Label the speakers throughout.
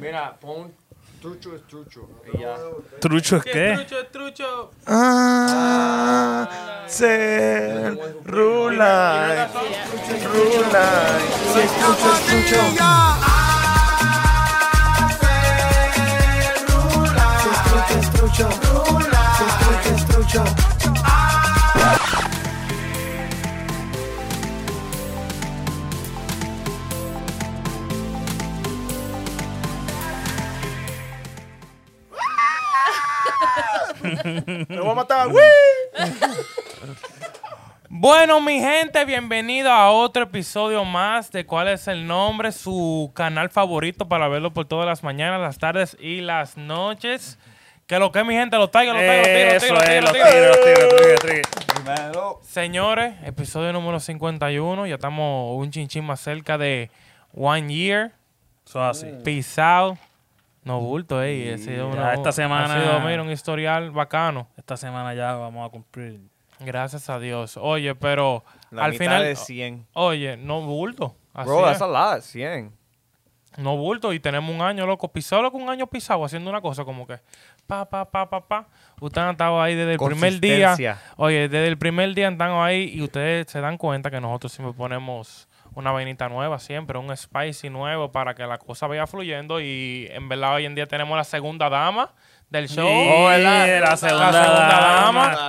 Speaker 1: Mira, pon trucho es trucho. Y ya.
Speaker 2: ¿Trucho es
Speaker 3: Sí,
Speaker 2: qué?
Speaker 3: es trucho, es trucho.
Speaker 2: Ah, ser rula, rula. Si es trucho, es trucho.
Speaker 4: Me voy a matar. ¡Wii!
Speaker 3: Bueno, mi gente, bienvenido a otro episodio más de cuál es el nombre, su canal favorito para verlo por todas las mañanas, las tardes y las noches. Que lo que mi gente, lo traiga, lo traiga, lo
Speaker 2: Eso
Speaker 3: traiga, lo traiga,
Speaker 2: es,
Speaker 3: lo traiga.
Speaker 2: lo tiro, lo tiro, lo tiro, lo tiro.
Speaker 4: Dímelo.
Speaker 3: Señores, episodio número 51, ya estamos un chinchín más cerca de One Year.
Speaker 2: Eso es así.
Speaker 3: Pisado. No bulto, ey. ha sido
Speaker 2: ya
Speaker 3: una-
Speaker 2: esta semana-
Speaker 3: Ha sido, mira, un historial bacano.
Speaker 2: Esta semana ya vamos a cumplir.
Speaker 3: Gracias a Dios. Oye, pero
Speaker 4: La
Speaker 3: al
Speaker 4: mitad
Speaker 3: final. oh,
Speaker 4: de 100.
Speaker 3: Oye, no bulto. Así
Speaker 4: Bro,
Speaker 3: es.
Speaker 4: that's a lot, 100.
Speaker 3: No bulto. Y tenemos un año, loco. Pisado, loco, un año pisado haciendo una cosa como que. Pa, pa, pa, pa, pa. Ustedes han estado ahí desde el primer día.
Speaker 4: Consistencia.
Speaker 3: Oye, desde el primer día han estado ahí y ustedes se dan cuenta que nosotros siempre ponemos una vainita nueva, siempre un spicy nuevo para que la cosa vaya fluyendo. Y en verdad, hoy en día tenemos la segunda dama del show.
Speaker 2: Oh, ¿verdad? la segunda dama.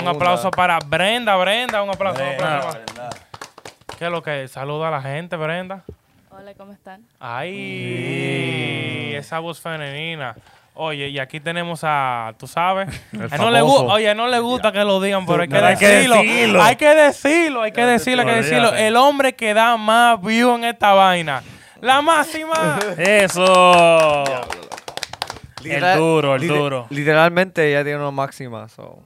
Speaker 3: Un aplauso para Brenda, Brenda, un aplauso. un
Speaker 2: Brenda.
Speaker 3: aplauso. ¿Qué es lo que es? Saluda a la gente, Brenda.
Speaker 5: Hola, ¿cómo están?
Speaker 3: Ay, esa voz femenina. Oye, y aquí tenemos a, tú sabes,
Speaker 2: El
Speaker 3: a él no le gu-
Speaker 2: famoso.
Speaker 3: oye, a él no le gusta que lo digan, pero hay que,
Speaker 2: Pero hay que
Speaker 3: decirlo,
Speaker 2: decirlo.
Speaker 3: Hay que decirlo, hay que decirlo, hay que decirlo.
Speaker 2: Olvídate.
Speaker 3: El hombre que da más view en esta vaina. La máxima.
Speaker 2: Eso. El duro, el duro.
Speaker 4: Literalmente ella tiene una máxima. So.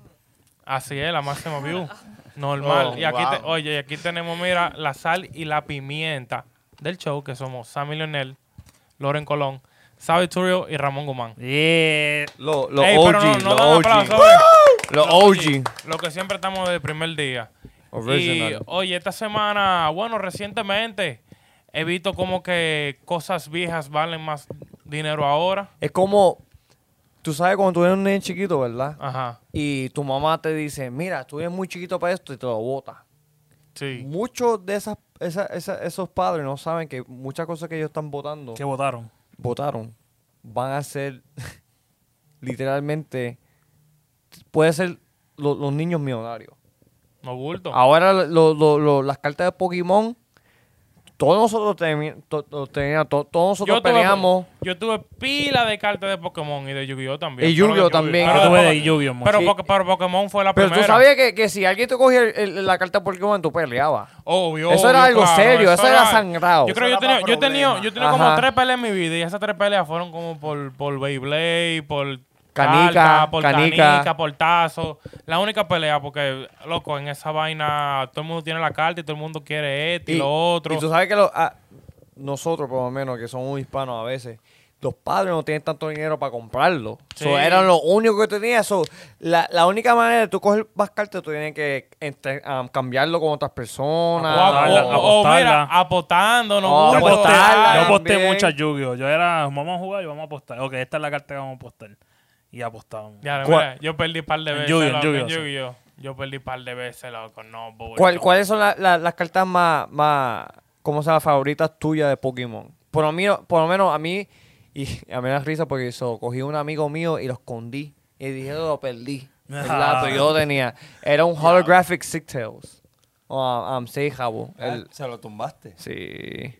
Speaker 3: Así es, la máxima view. Normal.
Speaker 4: Oh,
Speaker 3: y aquí
Speaker 4: wow.
Speaker 3: te- oye, y aquí tenemos, mira, la sal y la pimienta del show, que somos Sammy Leonel, Loren Colón, Sabi Turio y Ramón Guzmán.
Speaker 2: Yeah.
Speaker 4: Lo, lo
Speaker 3: Ey,
Speaker 4: OG,
Speaker 3: pero no, no
Speaker 4: lo
Speaker 3: dan
Speaker 4: OG.
Speaker 3: aplausos,
Speaker 4: Lo OG.
Speaker 3: Lo que siempre estamos desde el primer día.
Speaker 4: Original.
Speaker 3: Y oye, esta semana, bueno, recientemente he visto como que cosas viejas valen más dinero ahora.
Speaker 4: Es como, tú sabes cuando tú eres un niño chiquito, ¿verdad?
Speaker 3: Ajá.
Speaker 4: Y tu mamá te dice, mira, tú eres muy chiquito para esto y te lo bota.
Speaker 3: Sí.
Speaker 4: Muchos de esas, esa- esa- esos padres no saben que muchas cosas que ellos están votando,
Speaker 2: ¿Qué votaron?
Speaker 4: votaron, van a ser literalmente, puede ser lo- los niños millonarios.
Speaker 3: No bulto.
Speaker 4: Ahora lo- lo- lo- las cartas de Pokémon, todos nosotros, temi- to- to- tenía- to- todos nosotros peleamos.
Speaker 3: yo tuve pila de cartas de Pokémon y de Yu-Gi-Oh también.
Speaker 4: Y
Speaker 3: Pero
Speaker 4: Yu-Gi-Oh
Speaker 3: de
Speaker 4: también.
Speaker 3: Pero
Speaker 2: Yo
Speaker 4: de
Speaker 2: tuve
Speaker 3: Poké-
Speaker 2: de lluvia,
Speaker 3: Pero,
Speaker 4: Sí.
Speaker 3: Poké- pero Pokémon fue la
Speaker 4: Pero
Speaker 3: primera.
Speaker 4: tú sabías que, que si alguien te cogía el- el- la carta de Pokémon, tú peleabas.
Speaker 3: Obvio,
Speaker 4: Eso era
Speaker 3: obvio,
Speaker 4: algo
Speaker 3: claro,
Speaker 4: serio, eso era sangrado.
Speaker 3: Yo creo que
Speaker 1: Eso
Speaker 3: yo,
Speaker 1: era
Speaker 3: tenía,
Speaker 1: pa'
Speaker 3: yo he tenido- yo he tenido como
Speaker 4: Ajá.
Speaker 3: tres peleas en mi vida y esas tres peleas fueron como por, por Beyblade, por
Speaker 4: Canica,
Speaker 3: carta, por canica.
Speaker 4: canica.
Speaker 3: por tazo. La única pelea porque, loco, en esa vaina todo el mundo tiene la carta y todo el mundo quiere esto y, lo otro.
Speaker 4: y tú sabes que los- ah, nosotros, por lo menos, que somos hispanos a veces, los padres no tienen tanto dinero para comprarlo.
Speaker 3: Sí.
Speaker 4: So, eran lo único que tenías. So, la, la única manera de tú coger más cartas, tú tienes que entre- ah, cambiarlo con otras
Speaker 3: o,
Speaker 4: personas.
Speaker 2: Apostarla,
Speaker 3: o- o- o mira,
Speaker 2: apostarla.
Speaker 3: apostando, no
Speaker 4: Oh,
Speaker 2: Yo
Speaker 3: bulto.
Speaker 2: aposté,
Speaker 4: apostarla
Speaker 2: yo aposté
Speaker 4: también.
Speaker 2: muchas yu Yo era, vamos a jugar y vamos a apostar. Ok, esta es la carta que vamos a apostar. Y apostábamos.
Speaker 3: Ya, mira,
Speaker 4: ¿Cuál?
Speaker 3: yo perdí par de
Speaker 2: En
Speaker 3: veces.
Speaker 2: Yu-Gi-Oh, en
Speaker 3: loco, en
Speaker 2: Yu-Gi-Oh, sí.
Speaker 3: Yu-Gi-Oh. Yo perdí par de veces, loco. No, bulto.
Speaker 4: ¿Cuál- ¿Cuáles son la- la- las cartas más, más, cómo se llama, favoritas tuyas de Pokémon? Por lo, mío- por lo menos a mí, y a mí me da risa porque so, cogí un amigo mío y lo escondí. Y dije, lo perdí. ¿Verdad? Pero yo tenía. Era un holographic Six Tails. O um, Seis Jabo. El-
Speaker 6: Se lo tumbaste.
Speaker 4: sí.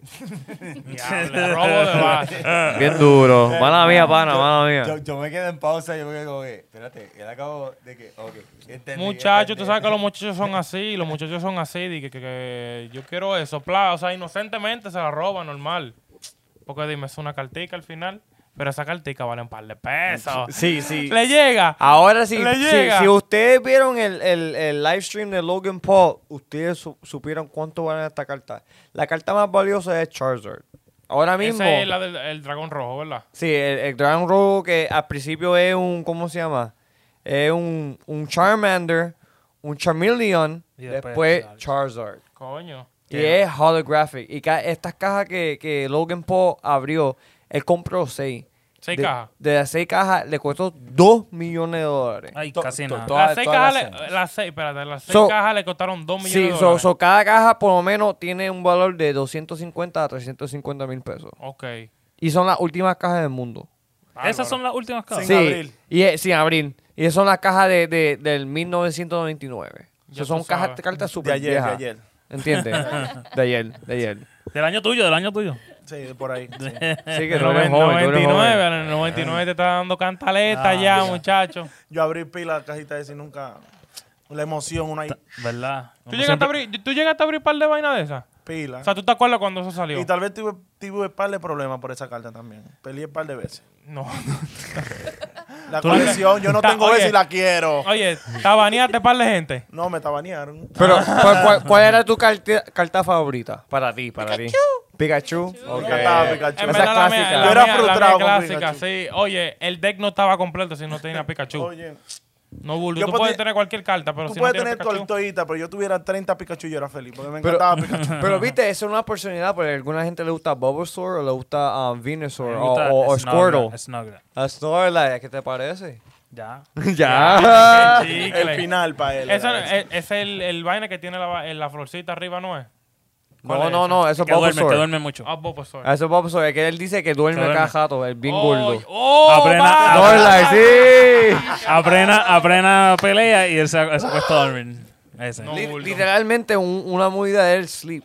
Speaker 3: Diablo, robo de base.
Speaker 4: Bien duro. Mala mía, pana, mala
Speaker 6: Yo,
Speaker 4: mía.
Speaker 6: yo me quedé en pausa, yo me quedé como que, espérate, él acabo de que, ok, entendí,
Speaker 3: Muchachos, tú
Speaker 6: entendí.
Speaker 3: sabes que los muchachos son así, los muchachos son así, de que, que- que yo quiero eso, pla, o sea, inocentemente se la roba, normal. Porque dime, es una cartica al final, pero esa cartica vale un par de pesos.
Speaker 4: Sí, sí.
Speaker 3: Le llega.
Speaker 4: Ahora sí,
Speaker 3: Le
Speaker 4: sí,
Speaker 3: llega.
Speaker 4: si ustedes vieron el, el, el live stream de Logan Paul, ustedes su- supieron cuánto vale esta carta. La carta más valiosa es Charizard. Ahora mismo,
Speaker 3: Esa es la del el dragón rojo, ¿verdad?
Speaker 4: sí, el, el Dragon Robo que al principio es un, ¿cómo se llama? Es un, un Charmander, un Charmeleon,
Speaker 2: Y después
Speaker 4: después Charizard.
Speaker 3: Coño.
Speaker 4: Y es holographic. Y ca- estas cajas que, que Logan Paul abrió Él compró seis.
Speaker 3: Seis
Speaker 4: De-
Speaker 3: cajas.
Speaker 4: De las seis cajas le costó dos millones de dólares.
Speaker 2: Ay,
Speaker 6: To-
Speaker 2: casi
Speaker 6: to-
Speaker 2: nada.
Speaker 6: to-
Speaker 3: las
Speaker 6: Todas-
Speaker 3: seis
Speaker 6: todas
Speaker 3: cajas,
Speaker 6: las
Speaker 3: le-
Speaker 6: cenas.
Speaker 3: las seis, espérate, las seis
Speaker 4: So-
Speaker 3: cajas le costaron dos millones
Speaker 4: Sí,
Speaker 3: de
Speaker 4: so,
Speaker 3: dólares.
Speaker 4: so cada caja por lo menos tiene un valor de 250 a 350 mil pesos.
Speaker 3: Ok.
Speaker 4: Y son las últimas cajas del mundo.
Speaker 2: Esas son las últimas cajas.
Speaker 6: Sin
Speaker 4: sí,
Speaker 6: abrir.
Speaker 4: Y, eh, sin abrir. Y esas son las cajas de, de- del 1999.
Speaker 3: Ya
Speaker 4: Esas
Speaker 3: tú
Speaker 4: son cajas
Speaker 3: sabes.
Speaker 4: cartas
Speaker 6: De
Speaker 4: súper
Speaker 6: ayer,
Speaker 4: viejas.
Speaker 6: de ayer.
Speaker 4: ¿Entiendes? de ayer, de ayer.
Speaker 2: Del año tuyo, del año tujo.
Speaker 6: Sí, de por ahí. sí.
Speaker 4: Sí, que
Speaker 3: En
Speaker 4: tú eres
Speaker 3: el
Speaker 4: joven, tú eres
Speaker 3: 99,
Speaker 4: joven.
Speaker 3: en el 99 te está dando cantaleta
Speaker 2: Ah,
Speaker 3: ya,
Speaker 2: ya.
Speaker 3: muchacho.
Speaker 5: Yo abrí pila la cajita de si nunca. La emoción, una
Speaker 2: ¿Verdad?
Speaker 3: ¿Tú
Speaker 2: Como
Speaker 3: llegaste, a
Speaker 2: siempre-
Speaker 3: abrir, ¿Tú llegaste a abrir par de vainas de esas?
Speaker 5: pila.
Speaker 3: O sea, ¿tú te acuerdas cuando eso salió?
Speaker 5: Y tal vez tuve, tuve un par de problemas por esa carta también. Peleé un par de veces.
Speaker 3: No.
Speaker 5: La
Speaker 3: Tú la-
Speaker 5: colección, yo no
Speaker 3: Ta-
Speaker 5: tengo
Speaker 3: oye.
Speaker 5: vez si la quiero.
Speaker 3: Oye, tabaneaste par de gente.
Speaker 5: No, me tabanearon.
Speaker 4: Pero, ¿cuál, cuál- cuál era tu carta, carta favorita? Para ti, para ti. Pikachu.
Speaker 5: Yo
Speaker 4: Ok.
Speaker 5: cantaba Pikachu.
Speaker 3: En
Speaker 4: Esa
Speaker 3: verdad, la mía-
Speaker 4: clásica.
Speaker 3: la
Speaker 5: Yo era
Speaker 3: mía- la mía
Speaker 5: frustrado con
Speaker 3: clásica,
Speaker 5: Pikachu.
Speaker 3: sí. Oye, el deck no estaba completo si no tenía Pikachu.
Speaker 5: Oye,
Speaker 3: no, Buldo,
Speaker 5: yo
Speaker 3: tú
Speaker 5: podía-
Speaker 3: puedes tener cualquier carta, pero
Speaker 5: tú
Speaker 3: si no
Speaker 5: puedes
Speaker 3: tienes
Speaker 5: tener tu
Speaker 3: Pikachu...
Speaker 5: altoita, pero yo tuviera 30 Pikachu y yo era feliz porque me
Speaker 4: Pero,
Speaker 5: encantaba Pikachu.
Speaker 4: pero viste, eso es una oportunidad porque a alguna gente le gusta Bulbasaur o le gusta um, Venusaur
Speaker 2: Me
Speaker 4: o,
Speaker 2: gusta
Speaker 4: o, o
Speaker 2: Snorlax,
Speaker 4: Squirtle.
Speaker 2: Snorlax.
Speaker 4: A Snorlax, ¿qué te parece?
Speaker 2: Ya.
Speaker 4: ya.
Speaker 5: El final para él.
Speaker 3: Eso
Speaker 5: era
Speaker 3: es, eh, es el, el vaina que tiene la, va- eh, la florcita arriba, ¿no es? ¿Cuál
Speaker 4: No,
Speaker 3: es
Speaker 4: no, no, eso es
Speaker 2: Que duerme, que
Speaker 4: Bulbasaur.
Speaker 2: duerme mucho.
Speaker 3: Ah, Bobo Sword.
Speaker 4: Eso es Bulbasaur, es que él dice que duerme
Speaker 2: Que duerme.
Speaker 4: cada jato, es bien
Speaker 3: Oh,
Speaker 4: gordo.
Speaker 3: ¡Oh,
Speaker 2: Aprenda-
Speaker 3: va.
Speaker 2: aprenda-
Speaker 4: Snorlax, sí.
Speaker 2: Aprena, aprena pelea y él se, se acuesta a dormir. Ese.
Speaker 3: No.
Speaker 4: Li-
Speaker 3: gordo.
Speaker 4: literalmente un- una movida del sleep.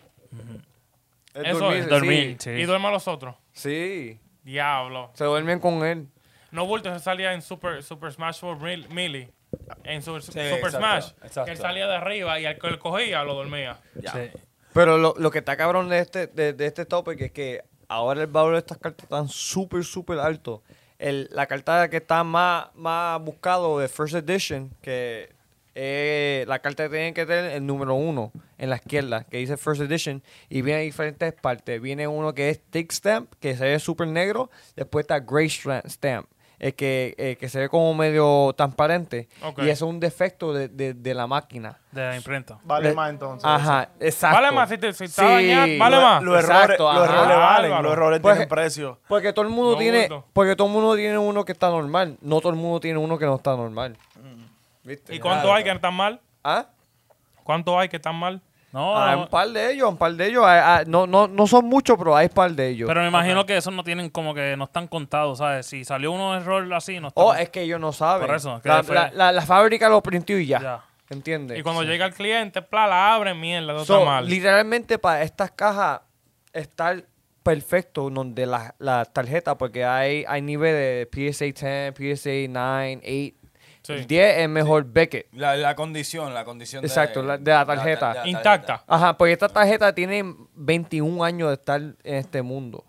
Speaker 4: Es
Speaker 3: Eso
Speaker 4: dormir,
Speaker 3: es.
Speaker 2: Dormir, sí.
Speaker 3: Y duerme a los otros.
Speaker 4: Sí,
Speaker 3: Diablo.
Speaker 4: se duermen con él.
Speaker 3: No bulto, eso salía en Super, Super Smash Bros. Mil- Melee. En Super, Super
Speaker 6: exacto,
Speaker 3: Smash.
Speaker 6: exacto.
Speaker 3: Que él salía de arriba y al que él cogía lo dormía.
Speaker 2: Sí.
Speaker 4: Pero lo, lo que está cabrón de este, de, de este topic es que ahora el valor de estas cartas están súper, súper alto. El- la carta que está más, más buscado de First Edition, que es la carta que tienen que tener el número uno en la izquierda, que dice First Edition, y viene en diferentes partes. Viene uno que es Thick Stamp, que se ve súper negro, después está Gray Stra- Stamp. eh, que, eh, que se ve como medio transparente
Speaker 3: Ok.
Speaker 4: y eso es un defecto de, de- de la máquina.
Speaker 2: De la imprenta.
Speaker 5: Vale
Speaker 4: Le-
Speaker 5: más entonces.
Speaker 4: Eh, Ajá, exacto.
Speaker 3: Vale más si, te, si está
Speaker 4: Sí.
Speaker 3: dañado, ah, vale
Speaker 4: Lo-
Speaker 3: más.
Speaker 5: Los errores,
Speaker 4: Exacto,
Speaker 5: los
Speaker 4: ajá.
Speaker 5: errores valen,
Speaker 3: Álvaro.
Speaker 5: los errores
Speaker 4: Pues-
Speaker 5: tienen precio.
Speaker 4: Porque todo el mundo
Speaker 3: No,
Speaker 4: tiene,
Speaker 3: gordo.
Speaker 4: porque todo el mundo tiene uno que está normal, no todo el mundo tiene uno que no está normal. ¿Viste?
Speaker 3: ¿Y cuánto hay que están mal?
Speaker 4: ¿Ah?
Speaker 3: ¿Cuánto hay que están mal?
Speaker 2: No,
Speaker 4: Ah, un par de ellos, un par de ellos, ah, ah, no, no, no son muchos, pero hay un par de ellos.
Speaker 2: pero me imagino que esos no tienen como que no están contados, ¿sabes? Si salió uno error así, no está.
Speaker 4: oh, es que ellos no saben.
Speaker 2: Por eso, que
Speaker 4: la,
Speaker 2: fue-
Speaker 4: la- la- la fábrica lo printió y ya.
Speaker 2: Ya.
Speaker 4: ¿Entiendes?
Speaker 3: Y cuando llega el cliente, pla, la abre, mierda, no
Speaker 4: So,
Speaker 3: está mal.
Speaker 4: Literalmente para estas cajas estar perfecto donde las las tarjetas, porque hay, hay nivel de PSA 10, PSA 9, 8.
Speaker 3: Sí.
Speaker 4: El 10 es mejor Beckett.
Speaker 6: La, la condición, la condición.
Speaker 4: Exacto, la- de la tarjeta.
Speaker 3: Intacta.
Speaker 4: Ajá, porque esta tarjeta tiene 21 años de estar en este mundo.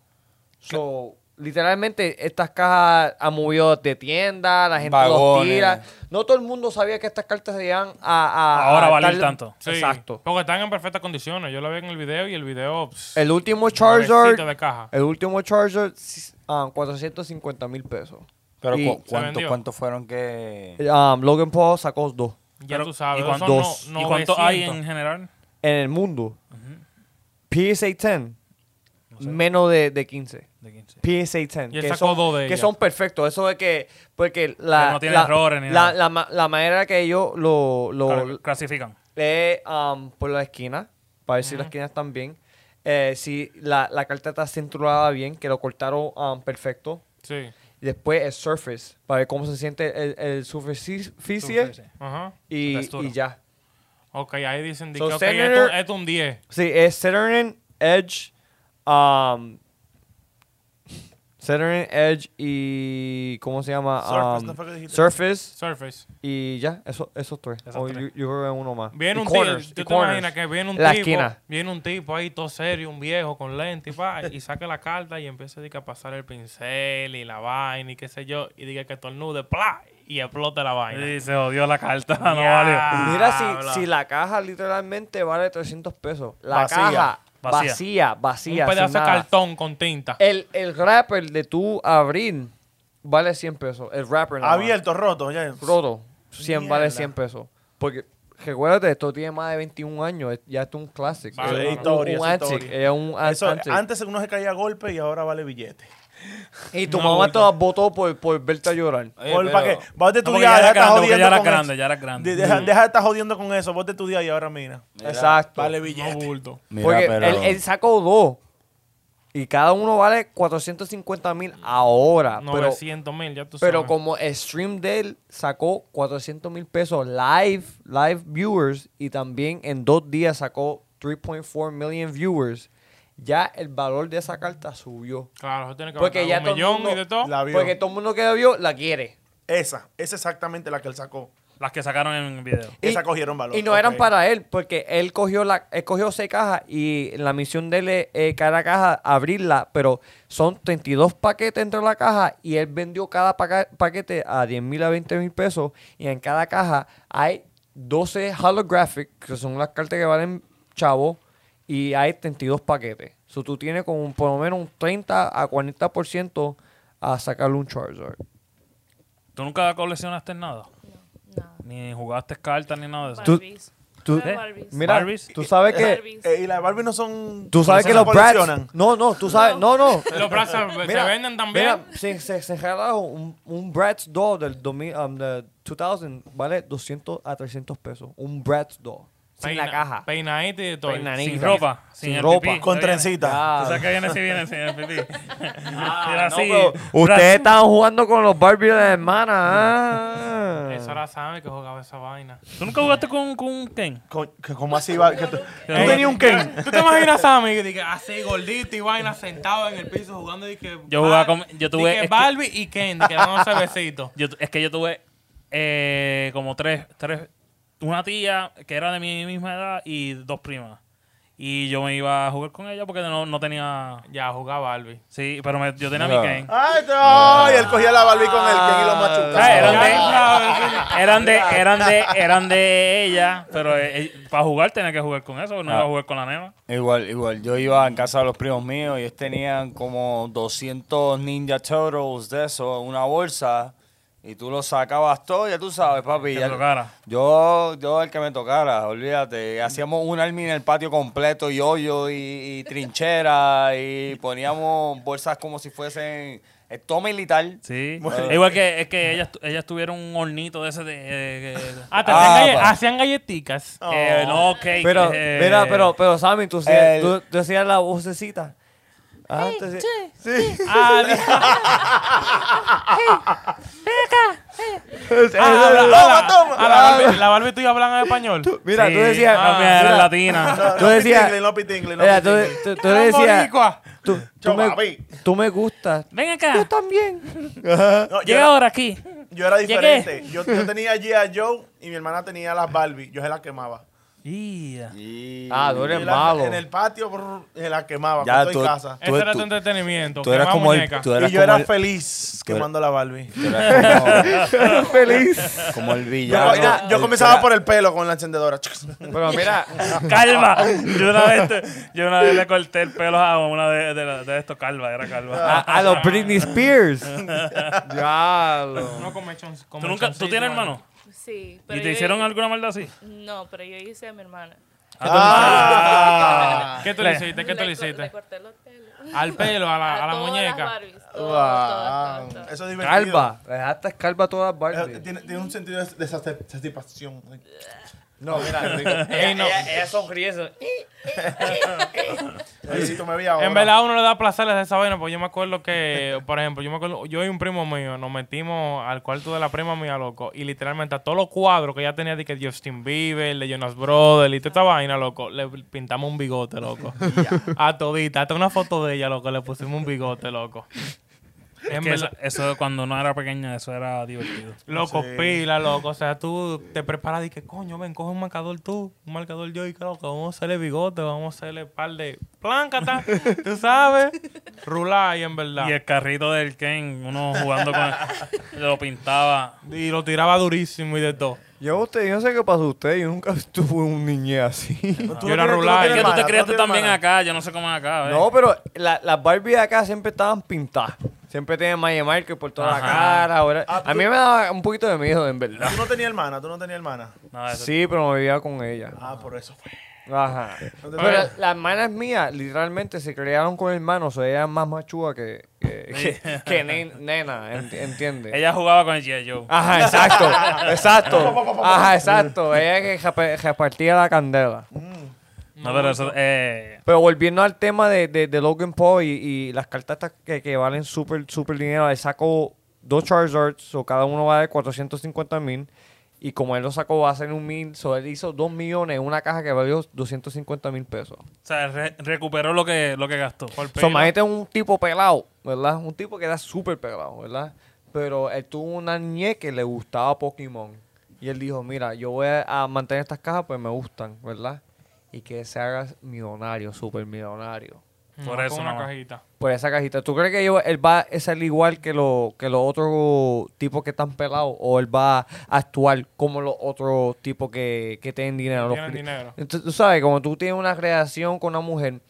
Speaker 4: So, literalmente estas cajas han movido de tienda, la gente los
Speaker 6: Vagones.
Speaker 4: tira. No todo el mundo sabía que estas cartas se iban a, a-
Speaker 2: Ahora
Speaker 4: a
Speaker 2: valer
Speaker 4: estar-
Speaker 2: tanto.
Speaker 3: Sí,
Speaker 4: Exacto.
Speaker 3: Porque están en perfectas condiciones. Yo lo vi en el video y el video. pss,
Speaker 4: El último
Speaker 3: nuevecito
Speaker 4: Charizard,
Speaker 3: de caja.
Speaker 4: el último Charizard, si- ah, 450 mil pesos.
Speaker 6: Pero
Speaker 4: Y,
Speaker 6: cu- ¿cuánto,
Speaker 3: vendió.
Speaker 6: ¿cuánto fueron que...?
Speaker 4: um, Logan Paul sacó dos
Speaker 3: Ya
Speaker 2: Pero,
Speaker 3: tú sabes.
Speaker 2: ¿y
Speaker 3: esos
Speaker 2: cuánto-
Speaker 3: son no-
Speaker 2: ¿Y cuánto hay
Speaker 3: 900.
Speaker 2: en general?
Speaker 4: en el mundo. PSA 10, menos de, de 15.
Speaker 2: De 15.
Speaker 4: PSA 10.
Speaker 3: Y él
Speaker 4: que
Speaker 3: sacó
Speaker 4: son,
Speaker 3: dos de
Speaker 4: que
Speaker 3: ellas.
Speaker 4: son perfectos. Eso es que. Porque la.
Speaker 2: Que no tiene
Speaker 4: la,
Speaker 2: errores ni
Speaker 4: la,
Speaker 2: nada.
Speaker 4: la ma- la manera que ellos lo. lo
Speaker 2: Claro, clasifican.
Speaker 4: lee, um, por la esquina. Para ver si las esquinas están bien. Eh, si la, la carta está cinturada bien, que lo cortaron um, perfecto.
Speaker 3: Sí.
Speaker 4: Y después el surface, para ver cómo se siente el, el superficie.
Speaker 2: Surface.
Speaker 3: Ajá.
Speaker 4: Y,
Speaker 2: Textura.
Speaker 4: y ya.
Speaker 3: Ok, ahí dicen de
Speaker 4: So,
Speaker 3: que ok,
Speaker 4: Senator-
Speaker 3: esto, esto un 10.
Speaker 4: Sí, es Saturn, Edge, um, Saturn, Edge y ¿cómo se llama?
Speaker 5: Surface,
Speaker 4: Um,
Speaker 5: ¿no fue que dijiste?
Speaker 4: Surface
Speaker 3: Surface.
Speaker 4: y ya, eso, esos tres.
Speaker 2: Esos
Speaker 4: O
Speaker 2: tres.
Speaker 4: yo, yo creo que uno más.
Speaker 3: Viene
Speaker 4: Y
Speaker 3: un
Speaker 4: corners,
Speaker 3: tío. ¿Tú
Speaker 4: y
Speaker 3: te
Speaker 4: corners.
Speaker 3: imaginas que viene un
Speaker 4: La
Speaker 3: tipo?
Speaker 4: esquina.
Speaker 3: Viene un tipo ahí todo serio, un viejo con lente y pa, y saca la carta y empieza de que, a pasar el pincel y la vaina y qué sé yo. Y diga que tornude, ¡plá! Y explota la vaina.
Speaker 2: Y se jodió la carta, no
Speaker 3: Ya.
Speaker 2: valió.
Speaker 4: Mira,
Speaker 3: Habla.
Speaker 4: si, si la caja literalmente vale 300 pesos. La
Speaker 6: Vacía.
Speaker 4: caja
Speaker 2: Vacía.
Speaker 4: vacía, vacía.
Speaker 3: un pedazo
Speaker 4: sin
Speaker 3: de
Speaker 4: nada.
Speaker 3: cartón con tinta.
Speaker 4: El, el wrapper de tu abrir vale 100 pesos. El wrapper. nada más.
Speaker 5: Abierto, roto, ya.
Speaker 4: roto, 100 vale
Speaker 5: Mierda.
Speaker 4: 100 pesos. Porque recuérdate, esto tiene más de 21 años, es- ya esto es un clásico.
Speaker 3: Vale,
Speaker 4: es
Speaker 3: es
Speaker 4: un-
Speaker 5: historia,
Speaker 4: un
Speaker 5: es
Speaker 4: antic,
Speaker 5: historia.
Speaker 4: es un an-
Speaker 5: Eso,
Speaker 4: antic.
Speaker 5: antes uno se caía a golpe y ahora vale billete.
Speaker 4: Y tu
Speaker 2: Una
Speaker 4: mamá te
Speaker 2: vuelta.
Speaker 4: votó por, por verte a llorar.
Speaker 5: Por- ¿Para qué? Vos de tu
Speaker 2: porque
Speaker 5: día,
Speaker 2: ya era
Speaker 5: deja de estar
Speaker 2: grande, porque ya
Speaker 5: jodiendo
Speaker 2: era
Speaker 5: con
Speaker 2: grande,
Speaker 5: eso.
Speaker 2: ya era grande.
Speaker 5: De- Deja deja de estar jodiendo con eso. Vos de tu día y ahora mira.
Speaker 4: Exacto.
Speaker 5: Vale billete.
Speaker 2: bulto.
Speaker 4: Porque él, él sacó dos. Y cada uno vale 450 mil ahora. Ah, Pero,
Speaker 3: 900 mil, ya tú
Speaker 4: pero
Speaker 3: sabes.
Speaker 4: como el stream de él sacó 400 mil pesos live, live viewers, y también en dos días sacó 3.4 million viewers, ya el valor de esa carta subió.
Speaker 3: Claro, eso tiene que
Speaker 4: Porque
Speaker 3: aguantar
Speaker 4: ya
Speaker 3: un
Speaker 4: todo el
Speaker 3: millón
Speaker 4: mundo-
Speaker 3: y de todo.
Speaker 5: La vio.
Speaker 4: Porque todo el mundo que la vio la quiere.
Speaker 5: Esa. Esa es exactamente la que él sacó.
Speaker 2: Las que sacaron en el video.
Speaker 5: Esa cogieron valor.
Speaker 4: Y no
Speaker 5: Ok.
Speaker 4: eran para él, porque él cogió la, él cogió seis cajas y la misión de él es eh, cada caja abrirla, pero son 32 paquetes dentro de la caja y él vendió cada paca- paquete a 10 mil a 20 mil pesos y en cada caja hay 12 holographic, que son las cartas que valen chavo, y hay 32 paquetes. O so, tú tienes como un- por lo menos un 30 a 40% a sacarle un Charizard.
Speaker 2: ¿Tú nunca coleccionaste nada?
Speaker 7: Nada.
Speaker 2: Ni jugaste cartas ni nada de eso.
Speaker 4: Tú-
Speaker 7: Barbies.
Speaker 4: tú- ¿Eh?
Speaker 7: Era Barbies.
Speaker 4: Mira,
Speaker 2: Barbies.
Speaker 4: tú sabes que...
Speaker 7: Barbies.
Speaker 5: Eh, y las Barbie no son.
Speaker 4: Tú sabes
Speaker 5: no
Speaker 4: que
Speaker 5: se
Speaker 4: los Brats...
Speaker 5: coleccionan.
Speaker 4: No, no, tú sabes... No, no.
Speaker 3: Los brazos se venden también.
Speaker 4: Mira, se, se, se regalaron un, un Bratz doll del 2000, um, de 2000, vale 200 a 300 pesos. Un Bratz doll. Sin la
Speaker 3: Peina-
Speaker 4: caja.
Speaker 3: Peinadita y de todo.
Speaker 4: Peinadita.
Speaker 2: Sin ropa. Sin,
Speaker 4: Sin
Speaker 2: el
Speaker 4: ropa.
Speaker 2: pipí.
Speaker 5: Con
Speaker 2: Está bien.
Speaker 5: trencita.
Speaker 2: O sea que viene si viene sin el pipí. Era
Speaker 4: no,
Speaker 2: así.
Speaker 4: pero Ustedes estaban jugando con los Barbie de la hermana. ah.
Speaker 3: Eso ahora sabe que jugaba esa vaina.
Speaker 2: ¿Tú nunca jugaste con, con un Ken?
Speaker 5: Co- que- ¿Cómo así va? Que tú- tú
Speaker 2: Ey.
Speaker 5: tenías un Ken.
Speaker 3: ¿Tú te imaginas a Sammy que dije, así gordito y vaina sentado en el piso jugando y que
Speaker 2: Yo jugaba con- yo tuve-
Speaker 3: dije,
Speaker 2: es que-
Speaker 3: Barbie y Ken, que vamos a hacer besitos.
Speaker 2: Yo tu- es que yo tuve eh, como tres, tres, una tía que era de mi misma edad y dos primas. Y yo me iba a jugar con ella porque no, no tenía...
Speaker 3: Ya jugaba Barbie.
Speaker 2: Sí, pero me- yo tenía
Speaker 6: No.
Speaker 2: mi Ken.
Speaker 5: Ay, no. Y
Speaker 4: Ah.
Speaker 5: él cogía la Barbie con el Ken y lo machucaba.
Speaker 2: Ah, eran
Speaker 3: Ya
Speaker 2: de-
Speaker 3: tú sabes,
Speaker 2: Eran de, eran de, eran de ella, pero eh, para jugar tenía que jugar con eso, no iba a jugar con la nena.
Speaker 6: Igual, igual. Yo iba en casa de los primos míos y ellos tenían como 200 Ninja Turtles de eso, una bolsa. Y tú los sacabas todo, ya tú sabes, papi.
Speaker 2: Que
Speaker 6: ya-
Speaker 2: tocara.
Speaker 6: Yo, yo el que me tocara, olvídate. Hacíamos un army en el patio completo, yoyo y, y trinchera. Y poníamos bolsas como si fuesen... eh, Todo militar.
Speaker 2: Sí. Es Igual que, es que ellas, tu- ellas tuvieron un hornito de ese de... eh, que-
Speaker 3: Ah, te
Speaker 6: Ah,
Speaker 3: hacían, galle-
Speaker 6: pa.
Speaker 3: hacían galletitas.
Speaker 4: Ah.
Speaker 2: eh, no, cake.
Speaker 4: Pero,
Speaker 2: eh,
Speaker 4: mira, pero, pero Sammy, tú hacías,
Speaker 6: el-
Speaker 4: tú, tú hacías la vocecita. Ah, tú hacías-
Speaker 3: Ah, di- Ah, habla- habla- a
Speaker 5: Ah,
Speaker 3: la Barbie- ¿La Barbie y tú ya hablan en español?
Speaker 4: Mira,
Speaker 2: sí,
Speaker 4: tú decías.
Speaker 2: no, mira,
Speaker 4: ah, mira,
Speaker 2: era latina.
Speaker 4: Tú
Speaker 5: No
Speaker 4: decías-
Speaker 5: pitinglen, no pitinglen, no
Speaker 4: mira, tú,
Speaker 5: pitinglen.
Speaker 4: tú- tú decías.
Speaker 3: Boricua.
Speaker 4: Tú, tú, me,
Speaker 5: Chomavi.
Speaker 4: tú me gustas.
Speaker 2: Ven
Speaker 4: Tú
Speaker 2: acá.
Speaker 4: también.
Speaker 5: No, yo,
Speaker 2: Llega
Speaker 5: era,
Speaker 2: ahora aquí.
Speaker 5: yo era
Speaker 2: Llegué.
Speaker 5: diferente. Yo, yo tenía G.I. Joe y mi hermana tenía las Barbie. Yo se las quemaba.
Speaker 2: Yeah.
Speaker 6: Y-
Speaker 4: Ah, tú
Speaker 5: Y
Speaker 4: eres
Speaker 5: la-
Speaker 4: malo.
Speaker 5: En el patio brr, se las quemaba.
Speaker 6: Ya,
Speaker 5: con todo
Speaker 6: tú-
Speaker 5: en casa.
Speaker 6: Tú-
Speaker 3: Ese era tu
Speaker 6: tú-
Speaker 3: entretenimiento.
Speaker 6: Tú eras
Speaker 3: quemar
Speaker 6: como el...
Speaker 3: muñecas.
Speaker 6: Tú eras
Speaker 5: y yo
Speaker 6: como
Speaker 5: era
Speaker 6: el-
Speaker 5: feliz
Speaker 6: tú eras-
Speaker 5: quemando la Barbie.
Speaker 6: tú eras como-
Speaker 4: Feliz.
Speaker 6: Como el
Speaker 5: Yo,
Speaker 6: villano.
Speaker 5: mira, yo
Speaker 6: el-
Speaker 5: comenzaba
Speaker 6: era-
Speaker 5: por el pelo con la encendedora.
Speaker 4: Pero mira,
Speaker 2: Calva. Yo una vez, te- yo una vez le corté el pelo a una de, de, la- de estos calva, era calva.
Speaker 4: a, a los Britney Spears. Diablo.
Speaker 3: No, con mechón- con
Speaker 2: ¿Tú, nunca, ¿Tú
Speaker 3: mechoncito,
Speaker 2: tienes
Speaker 3: bueno.
Speaker 2: hermano?
Speaker 7: Sí.
Speaker 2: ¿Y
Speaker 7: pero
Speaker 2: te
Speaker 7: yo-
Speaker 2: hicieron alguna maldad así?
Speaker 7: No, pero yo hice a mi hermana.
Speaker 5: Ah.
Speaker 3: ¿Qué tú
Speaker 2: Le-
Speaker 3: le hiciste? ¿Qué tú le
Speaker 7: cor-
Speaker 3: hiciste?
Speaker 7: Le corté los pelos.
Speaker 3: Al pelo, a la, a la
Speaker 7: todas
Speaker 3: muñeca.
Speaker 7: Las Barbies, todas,
Speaker 5: Wow.
Speaker 7: todas, todas, todas.
Speaker 5: Eso es divertido.
Speaker 4: Calva. Le dejaste calva todas las
Speaker 5: Eh,
Speaker 4: Barbie.
Speaker 5: Tiene, tiene un sentido de de sati- satisfacción.
Speaker 4: No, mira.
Speaker 3: Ey, no.
Speaker 4: Ella sonríe. eso.
Speaker 5: Ay, si tú me veías ahora.
Speaker 3: En verdad uno le da placeres de esa vaina, porque yo me acuerdo que, por ejemplo, yo me acuerdo, yo y un primo mío nos metimos al cuarto de la prima mía, loco, y literalmente a todos los cuadros que ella tenía de que Justin Bieber, de Jonas Brothers, y toda esta vaina, loco, le pintamos un bigote, loco. a todita, hasta una foto de ella, loco, le pusimos un bigote, loco. En
Speaker 2: Que eso,
Speaker 3: verdad,
Speaker 2: eso cuando no era pequeña, eso era divertido.
Speaker 3: Loco,
Speaker 5: Sí.
Speaker 3: pila, loco. O sea, tú te preparas y que, coño, ven, coge un marcador tú, un marcador yo y que, loco, vamos a hacerle bigote, vamos a hacerle par de pláncata, tú sabes. Rular y en verdad.
Speaker 2: Y el carrito del Ken, uno jugando con él, lo pintaba.
Speaker 3: Y lo tiraba durísimo y de todo.
Speaker 4: Yo, usted, yo no sé qué pasó a usted. Yo nunca tuve un niñez así.
Speaker 5: Tú
Speaker 3: Yo
Speaker 5: no
Speaker 3: era
Speaker 5: tienes-
Speaker 3: rular.
Speaker 2: Es que tú
Speaker 5: no tienes hermana,
Speaker 2: te creaste
Speaker 5: tienes
Speaker 2: también
Speaker 5: hermana.
Speaker 2: acá, yo no sé cómo es acá. ¿eh?
Speaker 4: No, pero la- las Barbie de acá siempre estaban pintadas. Siempre tenían Maya Market por toda la
Speaker 2: Ajá.
Speaker 4: cara. ahora-
Speaker 5: Ah, tú-
Speaker 4: a mí me daba un poquito de miedo, en verdad.
Speaker 5: Tú no tenías hermana, tú no tenías hermana.
Speaker 2: Nada de Ah, eso.
Speaker 4: Sí, pero me vivía con ella.
Speaker 5: Ah, por eso fue.
Speaker 4: Ajá. Pero las hermanas mías literalmente se crearon con hermanos, o sea, eran más machúa que, que, que- que ne- nena, enti- ¿entiendes?
Speaker 2: Ella jugaba con el G.I. Joe.
Speaker 4: Ajá, exacto, exacto. Ajá, exacto. Ella que repa- repartía la candela.
Speaker 2: No, pero eso. Eh,
Speaker 4: Pero volviendo al tema de, de, de Logan Paul y, y las cartas estas que, que valen súper, súper dinero, él sacó dos Charizards, o cada uno vale 450 mil. Y como él lo sacó, va a ser un mil. So él hizo dos millones en una caja que valió 250 mil pesos.
Speaker 2: o sea, re- recuperó lo que, lo que gastó.
Speaker 3: Por
Speaker 4: So,
Speaker 3: pelo.
Speaker 4: imagínate un tipo pelado, ¿verdad? Un tipo que era súper pelado, ¿verdad? Pero él tuvo una niñez que le gustaba Pokémon. Y él dijo, mira, yo voy a mantener estas cajas pues me gustan, ¿verdad? Y que se haga millonario, súper millonario.
Speaker 2: Por
Speaker 3: No,
Speaker 2: eso
Speaker 3: con una
Speaker 2: no.
Speaker 3: cajita.
Speaker 4: Por esa cajita. ¿Tú crees que yo- él va a ser igual que, lo, que los otros tipos que están pelados? ¿O él va a actuar como los otros tipos que, que tienen dinero?
Speaker 3: Tienen
Speaker 4: Los cri-
Speaker 3: dinero.
Speaker 4: Entonces, tú sabes, como tú tienes una relación con una mujer,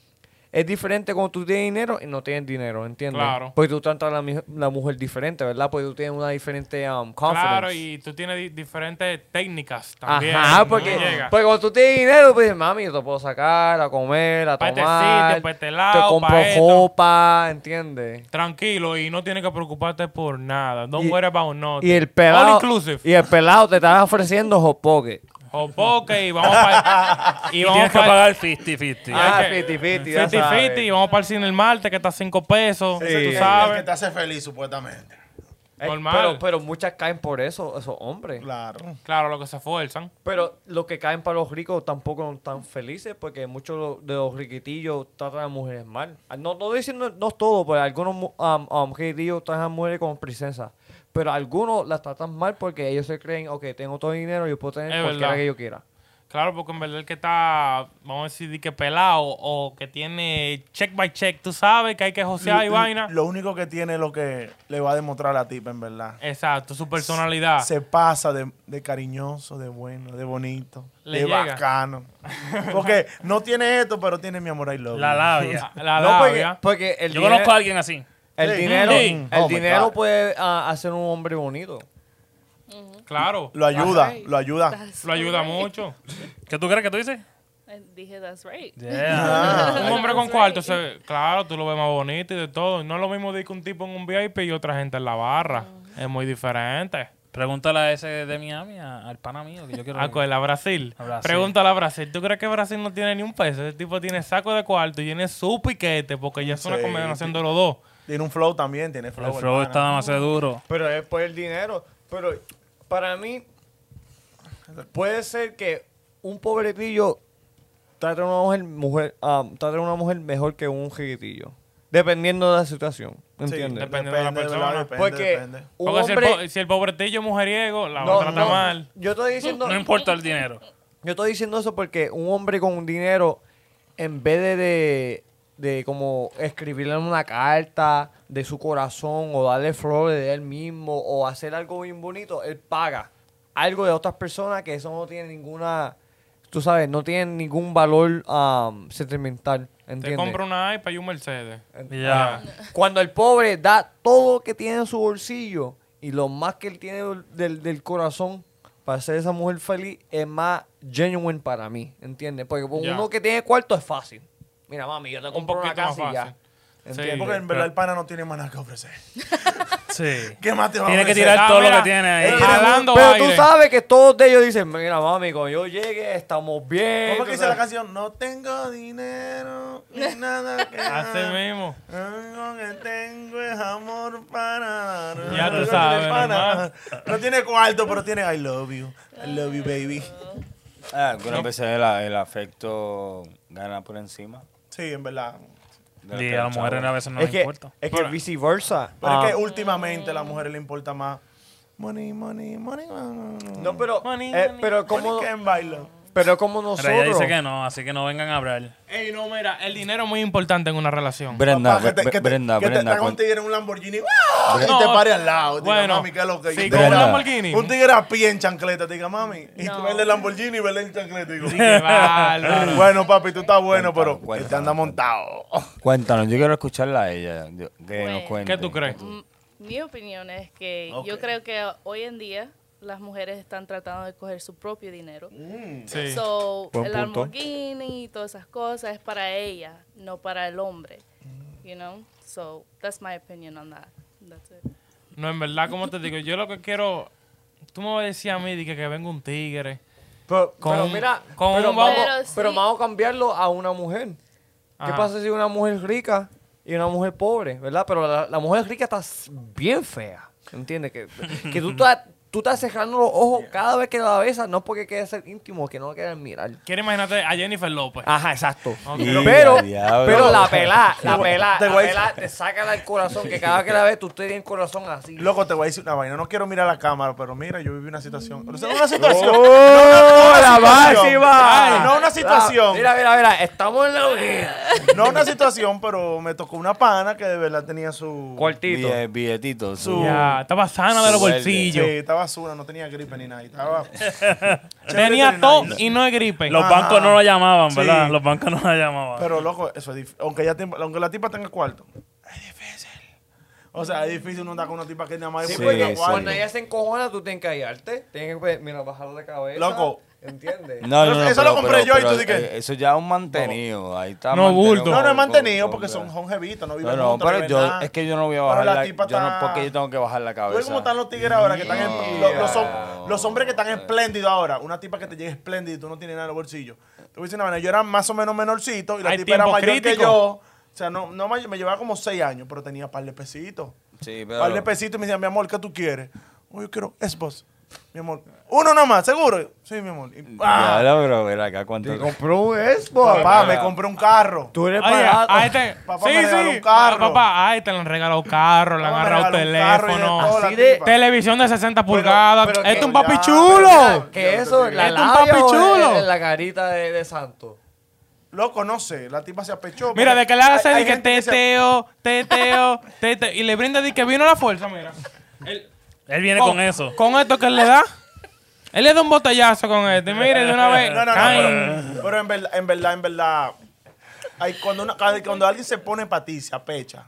Speaker 4: es diferente cuando tú tienes dinero y no tienes dinero, ¿entiendes?
Speaker 3: Claro.
Speaker 4: Porque tú tratas a la, mi- la mujer diferente, ¿verdad? Porque tú tienes una diferente um, confidence.
Speaker 3: Claro, y tú tienes di- diferentes técnicas también.
Speaker 4: Ajá,
Speaker 3: ¿no?
Speaker 4: porque,
Speaker 3: Llega.
Speaker 4: porque cuando tú tienes dinero, pues dices, mami, yo te puedo sacar a comer, a
Speaker 3: Pa' este
Speaker 4: tomar,
Speaker 3: sitio, pa' este lado,
Speaker 4: te compro
Speaker 3: pa' esto.
Speaker 4: ropa, ¿entiendes?
Speaker 3: Tranquilo y no tienes que preocuparte por nada. Don't
Speaker 4: Y-
Speaker 3: worry about nothing.
Speaker 4: Y el pelado.
Speaker 3: All inclusive.
Speaker 4: Y el pelado te estaba ofreciendo hot pocket.
Speaker 3: O poke y vamos para y
Speaker 2: Y
Speaker 3: vamos
Speaker 2: tienes que
Speaker 3: pa-
Speaker 2: pagar 50-50.
Speaker 4: Ah,
Speaker 3: que-
Speaker 4: 50-50, ya
Speaker 3: 50-50 y
Speaker 4: sabes.
Speaker 3: vamos para el cine el martes que está 5 pesos.
Speaker 5: El-
Speaker 3: Tú
Speaker 5: el que
Speaker 3: sabes.
Speaker 5: te hace feliz, supuestamente.
Speaker 4: Eh,
Speaker 3: Normal.
Speaker 4: Pero, pero muchas caen por eso, esos hombres.
Speaker 5: Claro.
Speaker 3: Claro, los que se esfuerzan.
Speaker 4: Pero los que caen para los ricos tampoco son tan felices porque muchos lo- de los riquitillos tratan a mujeres mal. Ah, No, no diciendo, no todos, pero algunos mu- am- am, riquitillos tratan a mujeres como princesas. Pero algunos las tratan mal porque ellos se creen, ok, tengo todo el dinero, yo puedo tener
Speaker 3: Es
Speaker 4: cualquiera
Speaker 3: verdad.
Speaker 4: que yo quiera.
Speaker 3: Claro, porque en verdad el que está, vamos a decir, di que pelado o que tiene check by check, tú sabes que hay que josear y
Speaker 5: Lo-
Speaker 3: vaina.
Speaker 5: Lo único que tiene es lo que le va a demostrar a la tipa, en verdad.
Speaker 3: Exacto, su
Speaker 2: Ah.
Speaker 3: personalidad.
Speaker 5: Se pasa de, de cariñoso, de bueno, de bonito,
Speaker 3: Le
Speaker 5: de
Speaker 3: llega.
Speaker 5: bacano. Porque no tiene esto, pero tiene mi amor y love.
Speaker 2: La labia.
Speaker 3: La
Speaker 4: No, porque-
Speaker 3: labia.
Speaker 4: porque el
Speaker 2: Yo
Speaker 4: dinero-
Speaker 2: conozco a alguien así.
Speaker 4: El
Speaker 5: Sí.
Speaker 4: dinero,
Speaker 2: Sí.
Speaker 5: Oh
Speaker 4: el
Speaker 5: my
Speaker 4: dinero
Speaker 5: God.
Speaker 4: puede ah, hacer un hombre bonito.
Speaker 3: Claro,
Speaker 5: Lo ayuda,
Speaker 7: Ay.
Speaker 5: lo ayuda.
Speaker 7: That's
Speaker 3: lo ayuda
Speaker 7: right.
Speaker 3: mucho.
Speaker 2: ¿Qué tú crees que tú dices?
Speaker 7: Eh, Dije, that's right.
Speaker 5: Ah.
Speaker 3: Un hombre con cuarto, se- claro, tú lo ves más bonito y de todo. No es lo mismo de que un tipo en un VIP y otra gente en la barra. Es muy diferente.
Speaker 2: Pregúntale a ese de Miami, a- al pana mío, que yo quiero.
Speaker 3: Ah, con la Brasil.
Speaker 2: A Brasil.
Speaker 3: Pregúntale a Brasil. ¿Tú crees que Brasil no tiene ni un peso? Ese tipo tiene saco de cuarto y tiene su piquete porque ya es una
Speaker 5: Sí.
Speaker 3: combinación de los dos.
Speaker 5: Tiene un flow también, tiene
Speaker 2: el
Speaker 5: flow.
Speaker 2: flow
Speaker 5: hermana.
Speaker 2: está demasiado duro.
Speaker 4: Pero es por el dinero. Pero para mí, puede ser que un pobretillo trate a una mujer, mujer, ah, trate a una mujer mejor que un jiquitillo. Dependiendo de la situación.
Speaker 5: Sí,
Speaker 4: ¿Entiendes?
Speaker 3: Depende de la persona.
Speaker 5: verdad, depende,
Speaker 4: Porque
Speaker 5: depende.
Speaker 4: un
Speaker 3: Porque si el,
Speaker 4: hombre-
Speaker 3: po- si el pobretillo es mujeriego, la
Speaker 4: No,
Speaker 3: va a tratar
Speaker 4: no,
Speaker 3: mal.
Speaker 4: Yo estoy diciendo.
Speaker 2: No importa el dinero.
Speaker 4: Yo estoy diciendo eso porque un hombre con dinero, en vez de, de, de como escribirle una carta de su corazón o darle flores de él mismo o hacer algo bien bonito, él paga algo de otras personas que eso no tiene ninguna, tú sabes, no tiene ningún valor um, sentimental.
Speaker 3: Te
Speaker 4: ¿entiendes?
Speaker 3: compra una iPad y un Mercedes.
Speaker 2: Ya.
Speaker 4: Cuando el pobre da todo lo que tiene en su bolsillo y lo más que él tiene del, del- del corazón para hacer esa mujer feliz es más genuine para mí, ¿entiendes? Porque por
Speaker 3: Ya.
Speaker 4: uno que tiene cuarto es fácil. Mira, mami, yo te compro una
Speaker 3: poquito más
Speaker 4: casa y ya.
Speaker 3: fácil.
Speaker 4: ¿Entiendes?
Speaker 5: Porque en verdad el pana no tiene más nada que ofrecer.
Speaker 2: Sí.
Speaker 5: ¿Qué más te va a
Speaker 2: Tiene que
Speaker 5: ofrecer?
Speaker 2: tirar
Speaker 3: Ah,
Speaker 2: todo
Speaker 3: mira,
Speaker 2: lo que tiene ahí.
Speaker 3: eh,
Speaker 4: Pero-
Speaker 3: jalando
Speaker 4: Pero tú
Speaker 3: aire.
Speaker 4: sabes que todos de ellos dicen, mira, mami, cuando yo llegue estamos bien.
Speaker 5: ¿Cómo que
Speaker 4: tú
Speaker 5: dice la
Speaker 4: sabes.
Speaker 5: canción? No tengo dinero ni nada que
Speaker 3: Así
Speaker 5: dar.
Speaker 3: mismo.
Speaker 5: Lo que tengo es amor para dar.
Speaker 3: Ya tú
Speaker 5: No tiene
Speaker 3: sabes,
Speaker 5: para
Speaker 3: normal.
Speaker 5: dar. No tiene cuarto, pero tiene I love you. I love you, baby.
Speaker 6: Ah, Algunas veces el, el afecto gana por encima.
Speaker 5: Sí, en verdad.
Speaker 6: de lo
Speaker 2: Y
Speaker 6: que
Speaker 2: a
Speaker 6: el
Speaker 2: las mujeres
Speaker 6: chavo-
Speaker 2: a veces no
Speaker 4: es
Speaker 2: les
Speaker 4: que,
Speaker 2: importa.
Speaker 4: es que viceversa.
Speaker 5: Pero
Speaker 4: Ah,
Speaker 5: es que últimamente a las mujeres le importa más. Money, money, money.
Speaker 4: no, pero,
Speaker 3: Money,
Speaker 4: eh,
Speaker 3: money.
Speaker 4: pero como,
Speaker 5: ¿Quién baila?
Speaker 4: pero como
Speaker 2: Pero ella
Speaker 4: nosotros.
Speaker 2: dice que no, así que no vengan a hablar.
Speaker 3: Ey, no, mira, el dinero es muy importante en una relación.
Speaker 6: Brenda,
Speaker 5: Papá, que te-
Speaker 6: Bre-
Speaker 5: que te-
Speaker 6: Brenda,
Speaker 5: que te
Speaker 6: Brenda.
Speaker 5: está con un
Speaker 6: cuan-
Speaker 5: tigre en un Lamborghini ¡guau! y
Speaker 3: No,
Speaker 5: te pare al lado. Diga,
Speaker 3: bueno,
Speaker 5: mami, ¿qué es lo que
Speaker 3: sí,
Speaker 5: yo
Speaker 3: con un
Speaker 5: quiero?
Speaker 3: Lamborghini.
Speaker 5: Un tigre a pie en chancleta, te diga, mami. Y tú
Speaker 7: No.
Speaker 5: ves el Lamborghini y ves el chancleta. y digo,
Speaker 3: Qué bárbaro.
Speaker 5: bueno, papi, tú estás bueno, pero
Speaker 6: Cuéntalo,
Speaker 5: te anda montado.
Speaker 6: Cuéntanos, yo quiero escucharla a ella. yo- que nos
Speaker 7: Bueno.
Speaker 6: cuente.
Speaker 3: ¿Qué tú crees?
Speaker 7: Mi opinión es que
Speaker 5: Ok.
Speaker 7: yo creo que hoy en día las mujeres están tratando de coger su propio dinero.
Speaker 3: Sí.
Speaker 7: So,
Speaker 6: Buen
Speaker 7: el
Speaker 6: punto.
Speaker 7: Lamborghini y todas esas cosas es para ella, no para el hombre. You know? So, that's my opinion on that. That's it.
Speaker 3: No, en verdad, como te digo, yo lo que quiero. Tú me decías a mí dije, que venga un tigre.
Speaker 4: Pero,
Speaker 3: Con-
Speaker 4: pero mira,
Speaker 3: con
Speaker 4: pero,
Speaker 3: un-
Speaker 4: vamos,
Speaker 7: Pero sí.
Speaker 4: pero vamos a cambiarlo a una mujer. ¿Qué
Speaker 3: Ajá.
Speaker 4: pasa si una mujer rica y una mujer pobre, verdad? Pero la, la mujer rica está s- bien fea, ¿entiendes? Que, que tú, estás- tú estás cerrando los ojos cada vez que la besas, no porque quieras ser íntimo, que no quieras mirar.
Speaker 3: Quiero imaginarte a Jennifer López.
Speaker 4: Ajá, exacto.
Speaker 3: Ok.
Speaker 4: Pero,
Speaker 6: Y
Speaker 4: pero,
Speaker 6: al diablo.
Speaker 4: pero la pelá, la
Speaker 5: Te voy-
Speaker 4: pelá,
Speaker 5: te
Speaker 4: la
Speaker 5: voy a-
Speaker 4: pelá te saca el corazón, que cada vez que la ves tú tienes el corazón así.
Speaker 5: Loco, te voy a decir una vaina. No quiero mirar la cámara, pero mira, yo viví una situación. O sea, una situación.
Speaker 4: ¡Oh, la
Speaker 5: situación.
Speaker 4: máxima!
Speaker 5: Ay, no una situación.
Speaker 4: Mira, mira, mira, estamos en la orilla.
Speaker 5: No una situación, pero me tocó una pana que de verdad tenía su.
Speaker 4: Cortito.
Speaker 6: Bille- Billetitos.
Speaker 5: Su-
Speaker 3: Ya, estaba sana de los
Speaker 6: Suerte.
Speaker 5: Sí,
Speaker 3: bolsillos.
Speaker 5: estaba basura, no tenía gripe ni nada. y Estaba.
Speaker 3: Tenía todo y no es gripe.
Speaker 2: Los
Speaker 5: Ah,
Speaker 2: bancos no la llamaban,
Speaker 5: sí.
Speaker 2: ¿verdad? Los bancos no la llamaban.
Speaker 5: Pero loco, eso es difícil. Aunque, ya tiempo- aunque la tipa tenga cuarto, es difícil. O sea, es difícil uno andar con una tipa que nada más
Speaker 4: Sí,
Speaker 5: es
Speaker 4: porque
Speaker 6: sí.
Speaker 4: cuando ella se encojona, tú tienes que callarte. Tienes que, pues, mira, bajar la cabeza.
Speaker 5: Loco.
Speaker 4: ¿Entiendes?
Speaker 6: No, no, no,
Speaker 5: Eso
Speaker 6: pero-
Speaker 5: lo compré
Speaker 6: pero-
Speaker 5: yo y tú
Speaker 6: pero,
Speaker 5: di que-
Speaker 6: eh, Eso ya es un mantenido. Ahí está.
Speaker 3: No,
Speaker 6: mantenido
Speaker 3: bulto.
Speaker 5: No, no
Speaker 6: con-
Speaker 5: es mantenido
Speaker 6: con-
Speaker 5: porque son
Speaker 6: con-
Speaker 5: jongevitas, no viven
Speaker 6: No, no,
Speaker 5: juntas,
Speaker 6: pero
Speaker 5: no
Speaker 6: yo, es que yo no voy a bajar
Speaker 5: la
Speaker 6: la,
Speaker 5: tipa
Speaker 6: yo no,
Speaker 5: está-
Speaker 6: porque yo tengo que bajar la
Speaker 5: ¿Tú
Speaker 6: cabeza.
Speaker 5: ves cómo están los tigres ahora? Que están en- los, los hom- los hombres que están espléndidos ahora. Una tipa que te llega espléndida y tú no tienes nada en los bolsillos. Te voy a decir una vaina, Yo era más o menos menorcito y la
Speaker 3: Hay
Speaker 5: tipa era
Speaker 3: tiempo
Speaker 5: mayor que
Speaker 3: crítico.
Speaker 5: yo. O sea, no, no may- me llevaba como seis años, pero tenía par de pesitos.
Speaker 6: Sí,
Speaker 5: Par de
Speaker 6: pero-
Speaker 5: pesitos y me decían, mi amor, ¿qué tú quieres? Oh, yo quiero Xbox. Mi amor, uno nomás, ¿seguro? Sí, mi amor. Y-
Speaker 6: Ya
Speaker 5: ¡Ah!
Speaker 6: lo, pero mira acá cuánto.
Speaker 4: Te compró un Xbox.
Speaker 5: Papá, me compré un carro.
Speaker 4: Tú eres
Speaker 3: Oye,
Speaker 4: pagado.
Speaker 3: ahí te...
Speaker 5: Papá
Speaker 3: sí,
Speaker 5: me regaló
Speaker 3: sí.
Speaker 5: un carro.
Speaker 3: Papá, ahí te le han regalado carro, le han
Speaker 5: Papá me
Speaker 3: agarrado
Speaker 5: regaló un carro y de
Speaker 3: teléfono.
Speaker 5: todo, la
Speaker 4: Así de-
Speaker 5: tipa.
Speaker 3: Televisión de 60 pulgadas.
Speaker 4: pero
Speaker 3: este
Speaker 4: que-
Speaker 3: es un papi
Speaker 5: ya,
Speaker 3: chulo.
Speaker 5: pero
Speaker 4: Que eso, la
Speaker 3: Es un
Speaker 4: labia
Speaker 3: papi
Speaker 4: o
Speaker 3: chulo.
Speaker 4: es la carita de, de santo.
Speaker 5: Loco, no sé, la tipa se apechó.
Speaker 3: Mira, de que le hagas
Speaker 5: Hay- hay
Speaker 3: de que
Speaker 5: gente que se-
Speaker 3: teteo, teteo, teteo. Y le brinda de que vino la fuerza, mira.
Speaker 2: Él viene con eso.
Speaker 3: Con esto que él le da. Él le da un botellazo con este. Mire, de una
Speaker 2: Eh,
Speaker 3: vez.
Speaker 5: No, no, no,
Speaker 3: caen.
Speaker 5: pero, pero en verdad, en verdad, en verdad. hay- cuando, una- cuando alguien se pone para ti, se apecha.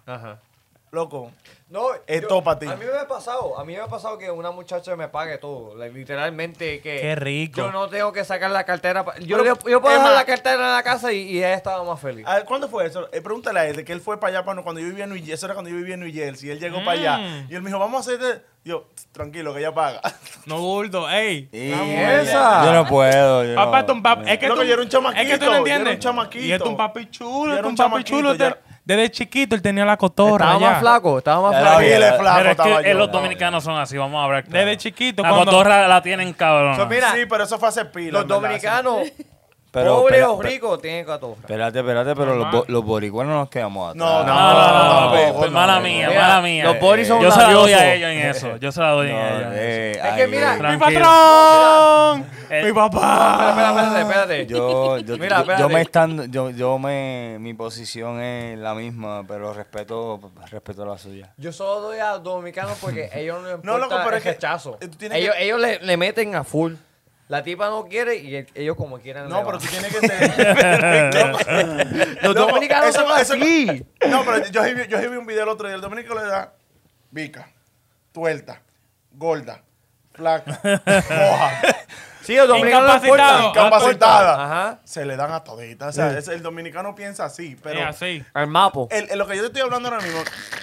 Speaker 5: Loco.
Speaker 4: No,
Speaker 5: Es
Speaker 4: yo-
Speaker 5: todo pa' ti.
Speaker 4: A mí me ha pasado, a mí me ha pasado que una muchacha me pague todo, like, literalmente que
Speaker 3: Qué rico.
Speaker 4: Yo no tengo que sacar la cartera, pa- yo,
Speaker 5: Pero,
Speaker 4: yo, yo puedo
Speaker 5: es
Speaker 4: dejar
Speaker 5: más-
Speaker 4: la cartera en la casa y, y ella estaba más feliz.
Speaker 5: A ver, ¿Cuándo fue eso? Eh, pregúntale a él, de que él fue para allá para- cuando yo vivía en New Jersey. Eso era cuando yo vivía en New Jersey. Y él llegó para
Speaker 2: Mm.
Speaker 5: allá. Y él me dijo, vamos a hacer. de-". Yo, tranquilo, que ella paga.
Speaker 3: No bulto, ey.
Speaker 6: Y-
Speaker 4: esa.
Speaker 6: Yo no puedo. yo
Speaker 3: Papá,
Speaker 6: no-
Speaker 3: esto es un papi. Es que
Speaker 5: Loco,
Speaker 3: tú-
Speaker 5: yo era un chamaquito,
Speaker 3: Es que tú
Speaker 5: yo
Speaker 3: no
Speaker 5: era un
Speaker 3: entiendes.
Speaker 5: chamaquito.
Speaker 3: Y esto es un papi
Speaker 5: Yo
Speaker 3: chulo.
Speaker 5: era
Speaker 3: Esto es
Speaker 5: un
Speaker 3: un papi
Speaker 5: chamaquito,
Speaker 3: chulo.
Speaker 5: yo era-
Speaker 3: Desde chiquito él tenía la cotorra.
Speaker 4: estaba
Speaker 3: ya.
Speaker 4: más flaco, estaba más
Speaker 6: Ya,
Speaker 4: flaco.
Speaker 5: Y él es flaco,
Speaker 2: Pero es que
Speaker 5: estaba
Speaker 2: eh,
Speaker 5: yo.
Speaker 2: los dominicanos son así, vamos a hablar. claro.
Speaker 3: Desde chiquito,
Speaker 2: La
Speaker 3: cuando-
Speaker 2: cotorra la tienen cabrón.
Speaker 4: So, mira,
Speaker 5: sí, pero eso fue hace pila.
Speaker 4: los
Speaker 5: en verdad,
Speaker 4: dominicanos,
Speaker 6: Pero,
Speaker 4: pobres
Speaker 6: pero-
Speaker 4: o ricos, tienen catorra.
Speaker 6: Espérate, espérate, pero los, bo- los boricuanos nos quedamos atrás.
Speaker 2: Ah,
Speaker 5: No, no,
Speaker 2: No, no, no, no,
Speaker 5: tampoco,
Speaker 2: pues, mala
Speaker 5: no,
Speaker 2: mía,
Speaker 4: Mira,
Speaker 2: mala mía.
Speaker 4: Los boris son
Speaker 2: Yo se la doy
Speaker 4: labiosos.
Speaker 2: a ellos en eso. Yo se la doy en
Speaker 6: No,
Speaker 2: ellos. en eso.
Speaker 6: eh,
Speaker 4: Es que
Speaker 6: ay,
Speaker 4: mira-
Speaker 6: eh,
Speaker 3: ¡Mi
Speaker 2: Tranquilo.
Speaker 3: patrón!
Speaker 2: Eh,
Speaker 3: ¡Mi papá!
Speaker 4: Espera,
Speaker 5: Ah.
Speaker 4: espérate, espérate.
Speaker 6: Yo, yo,
Speaker 4: Mira,
Speaker 6: yo- yo,
Speaker 4: espérate.
Speaker 6: me están, yo, yo me, mi posición es la misma, pero respeto, respeto la suya.
Speaker 4: Yo solo doy a los dominicanos porque ellos no les
Speaker 5: No,
Speaker 4: importa
Speaker 5: loco, pero
Speaker 4: el
Speaker 5: es que eh,
Speaker 4: rechazo.
Speaker 5: tú tienes
Speaker 4: ellos
Speaker 5: que-
Speaker 4: ellos le, le meten a full. La tipa no quiere y el- ellos como quieran. le
Speaker 5: No, pero
Speaker 4: van.
Speaker 5: tú tienes que ser.
Speaker 4: Los
Speaker 5: Loco,
Speaker 4: dominicanos
Speaker 5: eso-
Speaker 4: son
Speaker 5: eso-
Speaker 4: así.
Speaker 5: No, pero yo vi, yo vi un video el otro día. El dominicano le da bica, tuerta, gorda, flaca,
Speaker 2: Ah,
Speaker 5: coja,
Speaker 4: Sí, los dominicanos les
Speaker 3: Incapacitado.
Speaker 4: importa.
Speaker 5: incapacitada.
Speaker 4: Ajá.
Speaker 5: Se le dan a toditas. O sea, es- el dominicano piensa así, pero.
Speaker 2: Eh,
Speaker 3: Es así.
Speaker 4: Al mapo.
Speaker 5: el- el- lo que yo te estoy hablando ahora mismo.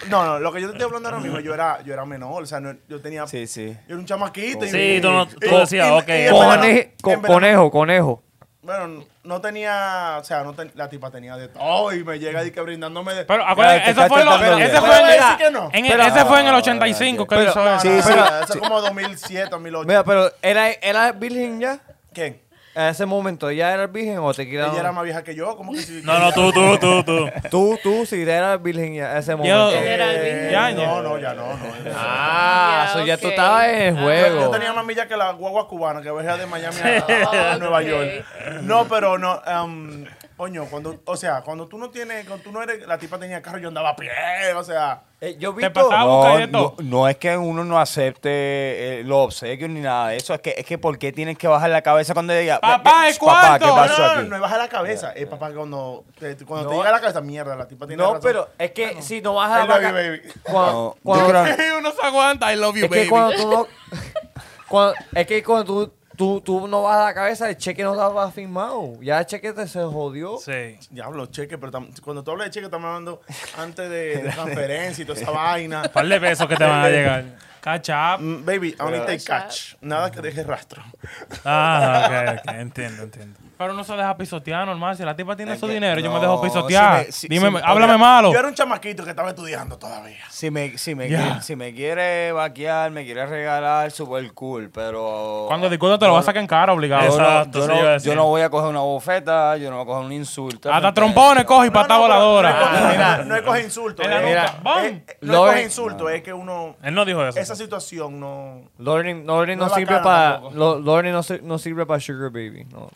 Speaker 5: No, no, lo que yo te estoy hablando ahora mismo, yo era, yo era menor. O sea, no- yo tenía.
Speaker 6: Sí, sí.
Speaker 5: Yo era un chamaquito. y-
Speaker 2: Sí, tú no- tú
Speaker 5: y-
Speaker 2: decías,
Speaker 5: y-
Speaker 2: ok.
Speaker 5: y en
Speaker 2: Cojones,
Speaker 5: verdad- en
Speaker 4: Cone- co-
Speaker 5: verdad-
Speaker 4: conejo, conejo.
Speaker 5: Bueno, no tenía, o sea, no ten- la tipa tenía de todo y me llega y que brindándome de...
Speaker 3: Pero acuérdate,
Speaker 6: te
Speaker 3: eso fue,
Speaker 6: cacho
Speaker 3: lo,
Speaker 6: también.
Speaker 3: ese
Speaker 5: ¿Pero
Speaker 3: fue,
Speaker 5: me
Speaker 3: en,
Speaker 5: vas a decir que no?
Speaker 3: en el, ese fue en el 85 que él hizo eso.
Speaker 5: No, no,
Speaker 4: sí.
Speaker 5: no, Eso es como 2007, 2008.
Speaker 4: Mira, pero ¿era, era virgen ya?
Speaker 5: ¿Quién?
Speaker 4: En ese momento, ¿ya era virgen o te
Speaker 5: Ella
Speaker 4: quedaron?
Speaker 5: era más vieja que yo, ¿cómo que si...
Speaker 2: No, no, tú, tú, tú, tú.
Speaker 4: Tú, tú, si eras virgen ya en ese momento.
Speaker 7: Él era el
Speaker 5: Eh,
Speaker 7: virgen.
Speaker 3: Ya, ya.
Speaker 5: no, no, ya no, no.
Speaker 4: Ah,
Speaker 7: Ya,
Speaker 4: so ya tú
Speaker 7: ok.
Speaker 4: estabas en el
Speaker 7: Ah.
Speaker 4: juego.
Speaker 5: Yo tenía más millas que la guagua cubana que venía de Miami a, a
Speaker 7: Ok.
Speaker 5: Nueva York. No, pero no, em, coño, cuando, o sea, cuando tú no tienes, cuando tú no eres, la tipa tenía carro, yo andaba a pie, o sea...
Speaker 4: Eh, yo vi
Speaker 3: Te
Speaker 4: todo.
Speaker 3: pasaba- busca
Speaker 6: No,
Speaker 3: de todo.
Speaker 6: no, no es que uno no acepte eh, los obsequios ni nada de eso. Es que, es que ¿por qué tienes que bajar la cabeza cuando diga
Speaker 3: Papá,
Speaker 6: "Ve- ve-
Speaker 3: el
Speaker 6: Papá, ¿qué
Speaker 3: cuarto".
Speaker 6: pasó
Speaker 5: no, no,
Speaker 6: aquí?
Speaker 5: no, no, baja la cabeza. Eh, papá, cuando te, cuando te
Speaker 4: No.
Speaker 5: llega la cabeza, mierda, la tipa tiene
Speaker 4: No,
Speaker 5: razón. Ah,
Speaker 4: pero es que si no vas
Speaker 5: I
Speaker 4: a
Speaker 5: love
Speaker 4: la vaca-
Speaker 5: you, baby.
Speaker 4: Cuando,
Speaker 6: No, yo
Speaker 4: cuando-
Speaker 6: creo-
Speaker 3: Uno se aguanta, I love you,
Speaker 4: es que
Speaker 3: baby.
Speaker 4: cuando tú no, cuando- es que cuando tú, tú, tú no vas a la cabeza, el cheque no estaba firmado. Ya el cheque te se jodió.
Speaker 2: Sí.
Speaker 5: Diablo, cheque, pero tam- cuando tú hablas de cheque, estamos hablando antes de, de transferencia y toda esa vaina.
Speaker 2: Un par de pesos que te van a llegar.
Speaker 3: Catch up.
Speaker 5: Mm, Baby, I only take
Speaker 7: Cash app.
Speaker 5: catch. Nada que deje rastro.
Speaker 2: Ah, ok, ok. Entiendo, entiendo.
Speaker 3: Pero no se deja pisotear, normal. Si la tipa tiene
Speaker 6: Es
Speaker 3: su
Speaker 6: que-
Speaker 3: dinero, yo me
Speaker 6: no,
Speaker 3: dejo pisotear.
Speaker 6: si me- si-
Speaker 3: Dime,
Speaker 6: si me-
Speaker 3: háblame
Speaker 6: Oye,
Speaker 3: malo.
Speaker 5: Yo era un chamaquito que estaba estudiando todavía.
Speaker 6: Si me, si, me,
Speaker 3: Ya.
Speaker 6: qui- si me quiere vaquear, me quiere regalar, super cool, pero...
Speaker 3: Cuando discuto te lo vas a sacar en cara,
Speaker 6: Yo
Speaker 3: obligado.
Speaker 6: no-
Speaker 2: Exacto,
Speaker 6: yo,
Speaker 2: sí,
Speaker 6: no,
Speaker 2: iba a
Speaker 6: yo
Speaker 2: decir.
Speaker 6: no voy a coger una bofeta, yo no voy a coger un insulto.
Speaker 3: Hasta
Speaker 6: frente a
Speaker 3: trompones
Speaker 6: ella.
Speaker 3: coge y pata
Speaker 5: No, no, pero No, es
Speaker 3: voladora.
Speaker 5: coger- no es coger insultos.
Speaker 3: En la
Speaker 5: eh.
Speaker 3: nuca.
Speaker 5: Mira,
Speaker 3: ¡Bam!
Speaker 5: eh, No
Speaker 4: Lo
Speaker 5: es coger
Speaker 4: es.
Speaker 5: insultos, es que uno...
Speaker 2: Él no dijo eso.
Speaker 5: Esa situación no...
Speaker 4: Learning, learning
Speaker 5: No
Speaker 4: no,
Speaker 5: la
Speaker 4: sirve
Speaker 5: cara
Speaker 4: para
Speaker 5: tampoco.
Speaker 4: lo- learning no, sir- no sirve para sugar baby. No, no.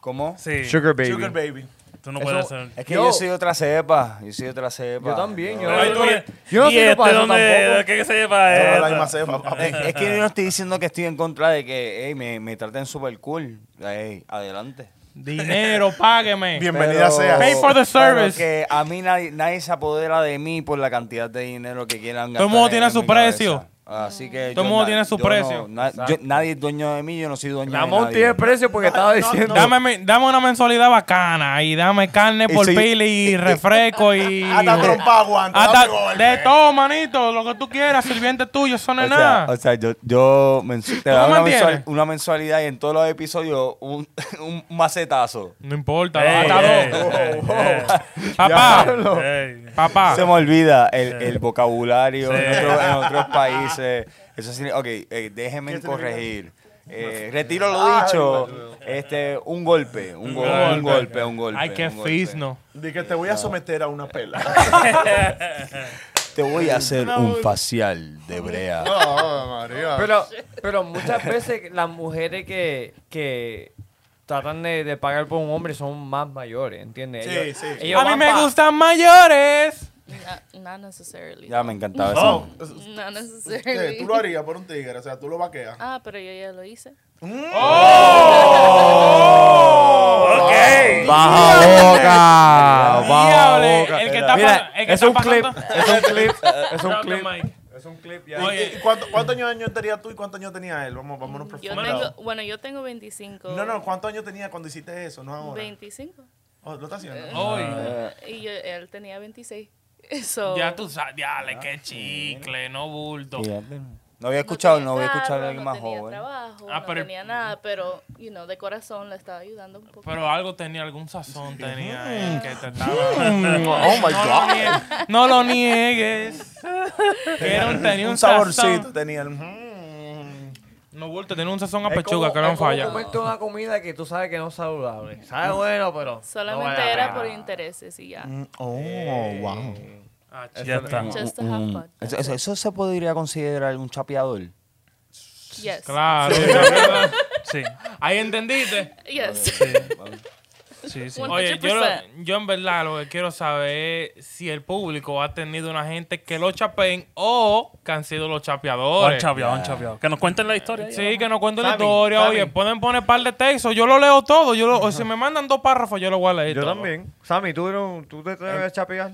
Speaker 6: ¿Cómo?
Speaker 2: Sí.
Speaker 4: Sugar baby.
Speaker 5: Sugar baby.
Speaker 2: Tú no
Speaker 4: Eso-
Speaker 2: puedes hacer.
Speaker 6: Es que
Speaker 4: Yo-
Speaker 6: yo, soy otra cepa, yo soy otra cepa.
Speaker 4: Yo también, yo-
Speaker 2: Ay, tú eres-
Speaker 4: yo no
Speaker 2: ¿Y
Speaker 4: sirvo
Speaker 2: este
Speaker 4: para eso
Speaker 2: dónde?
Speaker 4: tampoco.
Speaker 2: ¿De ¿Qué se
Speaker 4: Eh,
Speaker 2: lleva
Speaker 5: Toda
Speaker 2: esto?
Speaker 5: la misma cepa, papi.
Speaker 6: Es, es que yo no estoy diciendo que estoy en contra de que ey, me, me traten super cool. Ey, adelante.
Speaker 3: Dinero, págueme.
Speaker 5: Bienvenida sea.
Speaker 3: Pay for the service.
Speaker 6: Pero que a mí nadie, nadie se apodera de mí por la cantidad de dinero que quieran gastar.
Speaker 3: Todo el mundo
Speaker 6: en-
Speaker 3: tiene
Speaker 6: en
Speaker 3: su
Speaker 6: mi
Speaker 3: precio.
Speaker 6: cabeza. Así que.
Speaker 3: Todo el
Speaker 6: yo
Speaker 3: mundo
Speaker 6: na-
Speaker 3: tiene su
Speaker 6: yo no-
Speaker 3: precio.
Speaker 6: na- yo- nadie es dueño de mí, yo no soy dueño de
Speaker 4: Ramón
Speaker 6: nadie.
Speaker 4: tiene precio porque estaba diciendo.
Speaker 3: Dame, mi- dame una mensualidad bacana y dame carne
Speaker 6: Y
Speaker 3: por
Speaker 6: soy-
Speaker 3: pile y refresco y...
Speaker 5: Hasta trompa aguanta.
Speaker 3: Hasta-
Speaker 5: dame golpe.
Speaker 3: de todo, manito, lo que tú quieras, sirviente tuyo, eso no
Speaker 6: O
Speaker 3: es
Speaker 6: sea,
Speaker 3: nada.
Speaker 6: o sea, yo, yo mensu-
Speaker 3: ¿Tú
Speaker 6: te daba
Speaker 3: me
Speaker 6: una,
Speaker 3: mantienes?
Speaker 6: mensual- una mensualidad y en todos los episodios un, un macetazo.
Speaker 3: No importa,
Speaker 2: Ey,
Speaker 3: hasta
Speaker 2: ey,
Speaker 3: dos.
Speaker 2: ey, ey,
Speaker 3: Papá,
Speaker 2: ey.
Speaker 3: papá.
Speaker 6: Se me olvida el, el vocabulario en,
Speaker 2: Sí.
Speaker 6: otro- en otros países. Eso sí, ok, eh, déjenme corregir. Eh, retiro lo dicho. Este, un golpe, un, gol- un golpe, un golpe.
Speaker 3: Ay, qué
Speaker 6: un golpe.
Speaker 3: fisno.
Speaker 5: Di que te voy a someter a una pela.
Speaker 6: Te voy a hacer un facial de brea.
Speaker 4: Pero, pero muchas veces las mujeres que, que tratan de, de pagar por un hombre son más mayores, ¿entiendes?
Speaker 5: Sí,
Speaker 4: Ellos-
Speaker 5: sí.
Speaker 4: ellos
Speaker 3: A mí
Speaker 4: van
Speaker 3: me
Speaker 4: pa-
Speaker 3: gustan mayores.
Speaker 7: Not, not necessarily.
Speaker 6: Ya me encantaba eso.
Speaker 5: No.
Speaker 7: Not
Speaker 5: ¿Qué?
Speaker 7: necessarily.
Speaker 5: Tú lo harías por un tigre, o sea, tú lo vaqueas.
Speaker 7: Ah, pero yo ya lo hice.
Speaker 2: Oh.
Speaker 4: Oh.
Speaker 2: Ok.
Speaker 6: ¡Baja boca!
Speaker 3: Diable, el que está
Speaker 4: Mira,
Speaker 3: pa- el que
Speaker 4: es
Speaker 3: está
Speaker 4: un clip,
Speaker 3: pasando-
Speaker 4: es un clip, es un
Speaker 3: Drop the
Speaker 4: clip.
Speaker 3: mic.
Speaker 4: Es un clip
Speaker 5: ¿Y
Speaker 3: Oye,
Speaker 5: cuánto- ¿Cuántos años años tenías tú y cuántos años tenía él? Vamos, vámonos por
Speaker 7: Yo
Speaker 5: fuera.
Speaker 7: tengo, bueno, yo tengo 25.
Speaker 5: No, no, ¿cuántos años tenía cuando hiciste eso? No ahora.
Speaker 7: 25.
Speaker 5: Oh, ¿Lo está haciendo?
Speaker 3: oye,
Speaker 7: Y yo, él tenía 26.
Speaker 4: Ah.
Speaker 7: So,
Speaker 3: ya tú sabes, diale, qué chicle, no bulto.
Speaker 6: No había escuchado,
Speaker 7: tenía
Speaker 6: no había escuchado
Speaker 7: carro,
Speaker 6: a alguien
Speaker 7: no
Speaker 6: más
Speaker 7: tenía
Speaker 6: joven.
Speaker 7: Trabajo,
Speaker 3: Ah,
Speaker 7: no
Speaker 3: pero-
Speaker 7: tenía nada, pero, you know, de corazón le estaba ayudando un poco.
Speaker 3: Pero algo tenía, algún sazón tenía ahí que te estaba. no Lo niegues, no lo niegues. Que era un, tenía un,
Speaker 5: Un saborcito
Speaker 3: sazón.
Speaker 5: tenía. el- Mm.
Speaker 3: No bulto, tenía un sazón a
Speaker 4: Es
Speaker 3: pechuga
Speaker 4: como-
Speaker 3: que no
Speaker 4: es como
Speaker 3: falla.
Speaker 4: comerte una comida que tú sabes que no es saludable. Sabe bueno, pero no
Speaker 7: Solamente
Speaker 4: vale la
Speaker 7: era
Speaker 4: pena.
Speaker 7: por intereses y ya.
Speaker 6: Mm.
Speaker 5: Oh, wow.
Speaker 3: Ah,
Speaker 2: Ya está.
Speaker 7: Just to have fun.
Speaker 6: Mm, Eso, eso- eso se podría considerar un chapeador.
Speaker 7: Yes.
Speaker 3: Claro.
Speaker 2: Sí,
Speaker 3: Ahí entendiste.
Speaker 7: Yes.
Speaker 2: sí, sí.
Speaker 3: Oye, yo, lo-
Speaker 7: 100%.
Speaker 3: yo en verdad lo que quiero saber es si el público ha tenido una gente que lo chapeen o que han sido los
Speaker 2: Van
Speaker 3: chapeadores.
Speaker 2: chapeado, van chapeado. Que nos cuenten la historia.
Speaker 3: Sí, que nos cuenten la historia. Oye, pueden poner par de textos. Yo lo leo todo. Yo lo- o si me mandan dos párrafos, yo lo voy a leer
Speaker 4: Yo
Speaker 3: todo.
Speaker 4: también. Sammy, ¿tú, no- tú te atreves a chapear?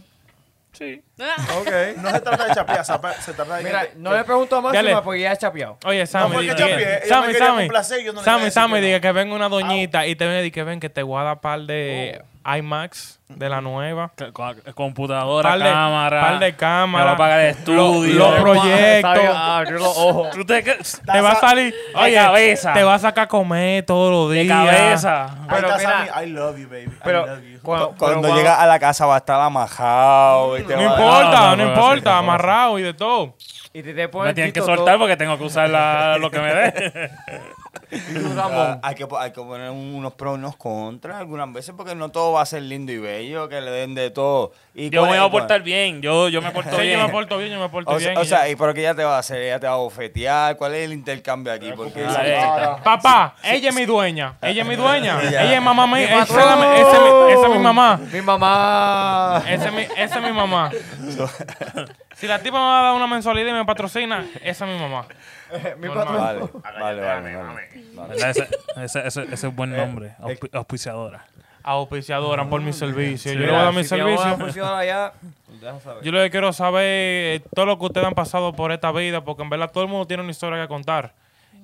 Speaker 4: Ok.
Speaker 5: No se trata de chapear, sapa- se trata de.
Speaker 4: Mira,
Speaker 5: que te-
Speaker 4: no le pregunto a
Speaker 3: Dale.
Speaker 4: Máxima porque ya ha chapeado.
Speaker 3: Oye, Sammy,
Speaker 5: fue que
Speaker 3: diga-
Speaker 5: chapeé, ella me
Speaker 3: Sammy,
Speaker 5: quería
Speaker 3: Sammy,
Speaker 5: complacer, yo no le iba a
Speaker 3: Sammy,
Speaker 5: decir
Speaker 3: Sammy,
Speaker 5: que no.
Speaker 3: diga que venga una doñita y te venga y diga que ven que te guarda par de IMAX de la nueva.
Speaker 2: Que- con- Computadora,
Speaker 3: Par de,
Speaker 2: cámara.
Speaker 3: par de
Speaker 2: Me va a
Speaker 3: cámaras.
Speaker 2: pagar el estudio.
Speaker 3: Los proyectos.
Speaker 4: Sabe, ah, abrió los ojos.
Speaker 2: ¿Tú te que-
Speaker 3: Te va a salir.
Speaker 2: De
Speaker 3: Oye,
Speaker 2: cabeza.
Speaker 3: Te va a sacar a comer todos los días.
Speaker 2: de cabeza?
Speaker 5: Ahí
Speaker 4: Pero
Speaker 5: está
Speaker 4: mira-
Speaker 5: Sammy, I love you, baby.
Speaker 4: Pero
Speaker 5: I love you.
Speaker 4: cuando, pero
Speaker 6: Cuando
Speaker 4: cuando-
Speaker 6: llega a la casa va a estar amajado. y te
Speaker 3: No
Speaker 6: va a dar-
Speaker 3: importa, no,
Speaker 2: No, no, no,
Speaker 3: importa.
Speaker 2: no, no, no.
Speaker 3: amarrado y de todo.
Speaker 4: y te, te ponen
Speaker 2: Me tienen que
Speaker 4: Tito
Speaker 2: soltar porque tengo que usar la- lo que me dé.
Speaker 4: todo- Tito
Speaker 6: Ah,
Speaker 4: Ramón.
Speaker 6: hay, que, po- hay que poner un- unos pros, unos contras algunas veces porque no todo va a ser lindo y bello, que le den de todo. ¿Y
Speaker 2: Yo
Speaker 6: cuál-
Speaker 2: me
Speaker 6: y
Speaker 2: voy a
Speaker 6: cuál-
Speaker 2: portar bien. Yo, yo me porto
Speaker 3: Sí, yo me
Speaker 2: bien.
Speaker 3: porto bien, yo me porto
Speaker 6: O,
Speaker 3: bien.
Speaker 6: sea- o
Speaker 3: y
Speaker 6: sea,
Speaker 3: ya.
Speaker 6: ¿y pero qué ella te va a hacer? ¿Ella te va a bofetear? ¿Cuál es el intercambio aquí? Porque
Speaker 2: Ah,
Speaker 6: esa-
Speaker 2: eh.
Speaker 3: Papá, ella es mi dueña. Ella es mi dueña.
Speaker 6: Ya.
Speaker 3: Ella es mamá mía. Esa es,
Speaker 4: patrón.
Speaker 3: la- esa es mi, esa es mi mamá.
Speaker 4: Mi mamá.
Speaker 3: Esa es mi, esa es mi mamá. Si la tipa me va a dar una mensualidad y me patrocina, esa es mi mamá.
Speaker 4: Mi
Speaker 3: Normal.
Speaker 4: patrón.
Speaker 6: Vale, vale, vale. vale, vale.
Speaker 2: ¿Verdad? Ese, ese- ese- ese es buen
Speaker 3: Eh,
Speaker 2: nombre. Auspi- auspiciadora.
Speaker 3: Auspiciadora por mi servicio. Yo le voy a
Speaker 4: Mira,
Speaker 3: dar mi
Speaker 4: si tenemos una
Speaker 3: servicio.
Speaker 4: función allá, deja saber.
Speaker 3: Yo lo que quiero saber eh, todo lo que ustedes han pasado por esta vida, porque en verdad todo el mundo tiene una historia que contar.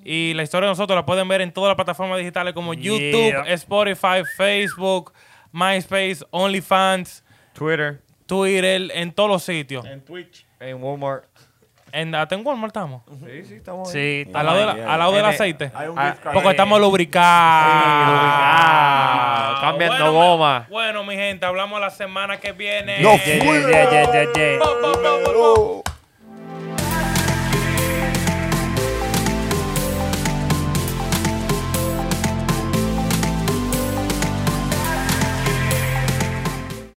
Speaker 3: Y la historia de nosotros la pueden ver en todas las plataformas digitales como YouTube, Spotify, Facebook, MySpace, OnlyFans,
Speaker 4: Twitter,
Speaker 3: Twitter, en todos los sitios.
Speaker 5: En Twitch.
Speaker 4: en Walmart.
Speaker 3: En, hasta en Walmart estamos.
Speaker 4: Sí, sí, estamos ahí.
Speaker 2: Sí,
Speaker 3: Al lado, de la- al lado del
Speaker 4: Eh,
Speaker 3: aceite.
Speaker 5: Hay un eh,
Speaker 4: Ah,
Speaker 5: gift card.
Speaker 3: Porque estamos lubricados. Ah,
Speaker 4: lubricados. Cambiando goma.
Speaker 3: Bueno, mi gente, hablamos la semana que viene.
Speaker 2: Yeah, yeah, yeah, yeah, yeah, yeah.
Speaker 6: Pero-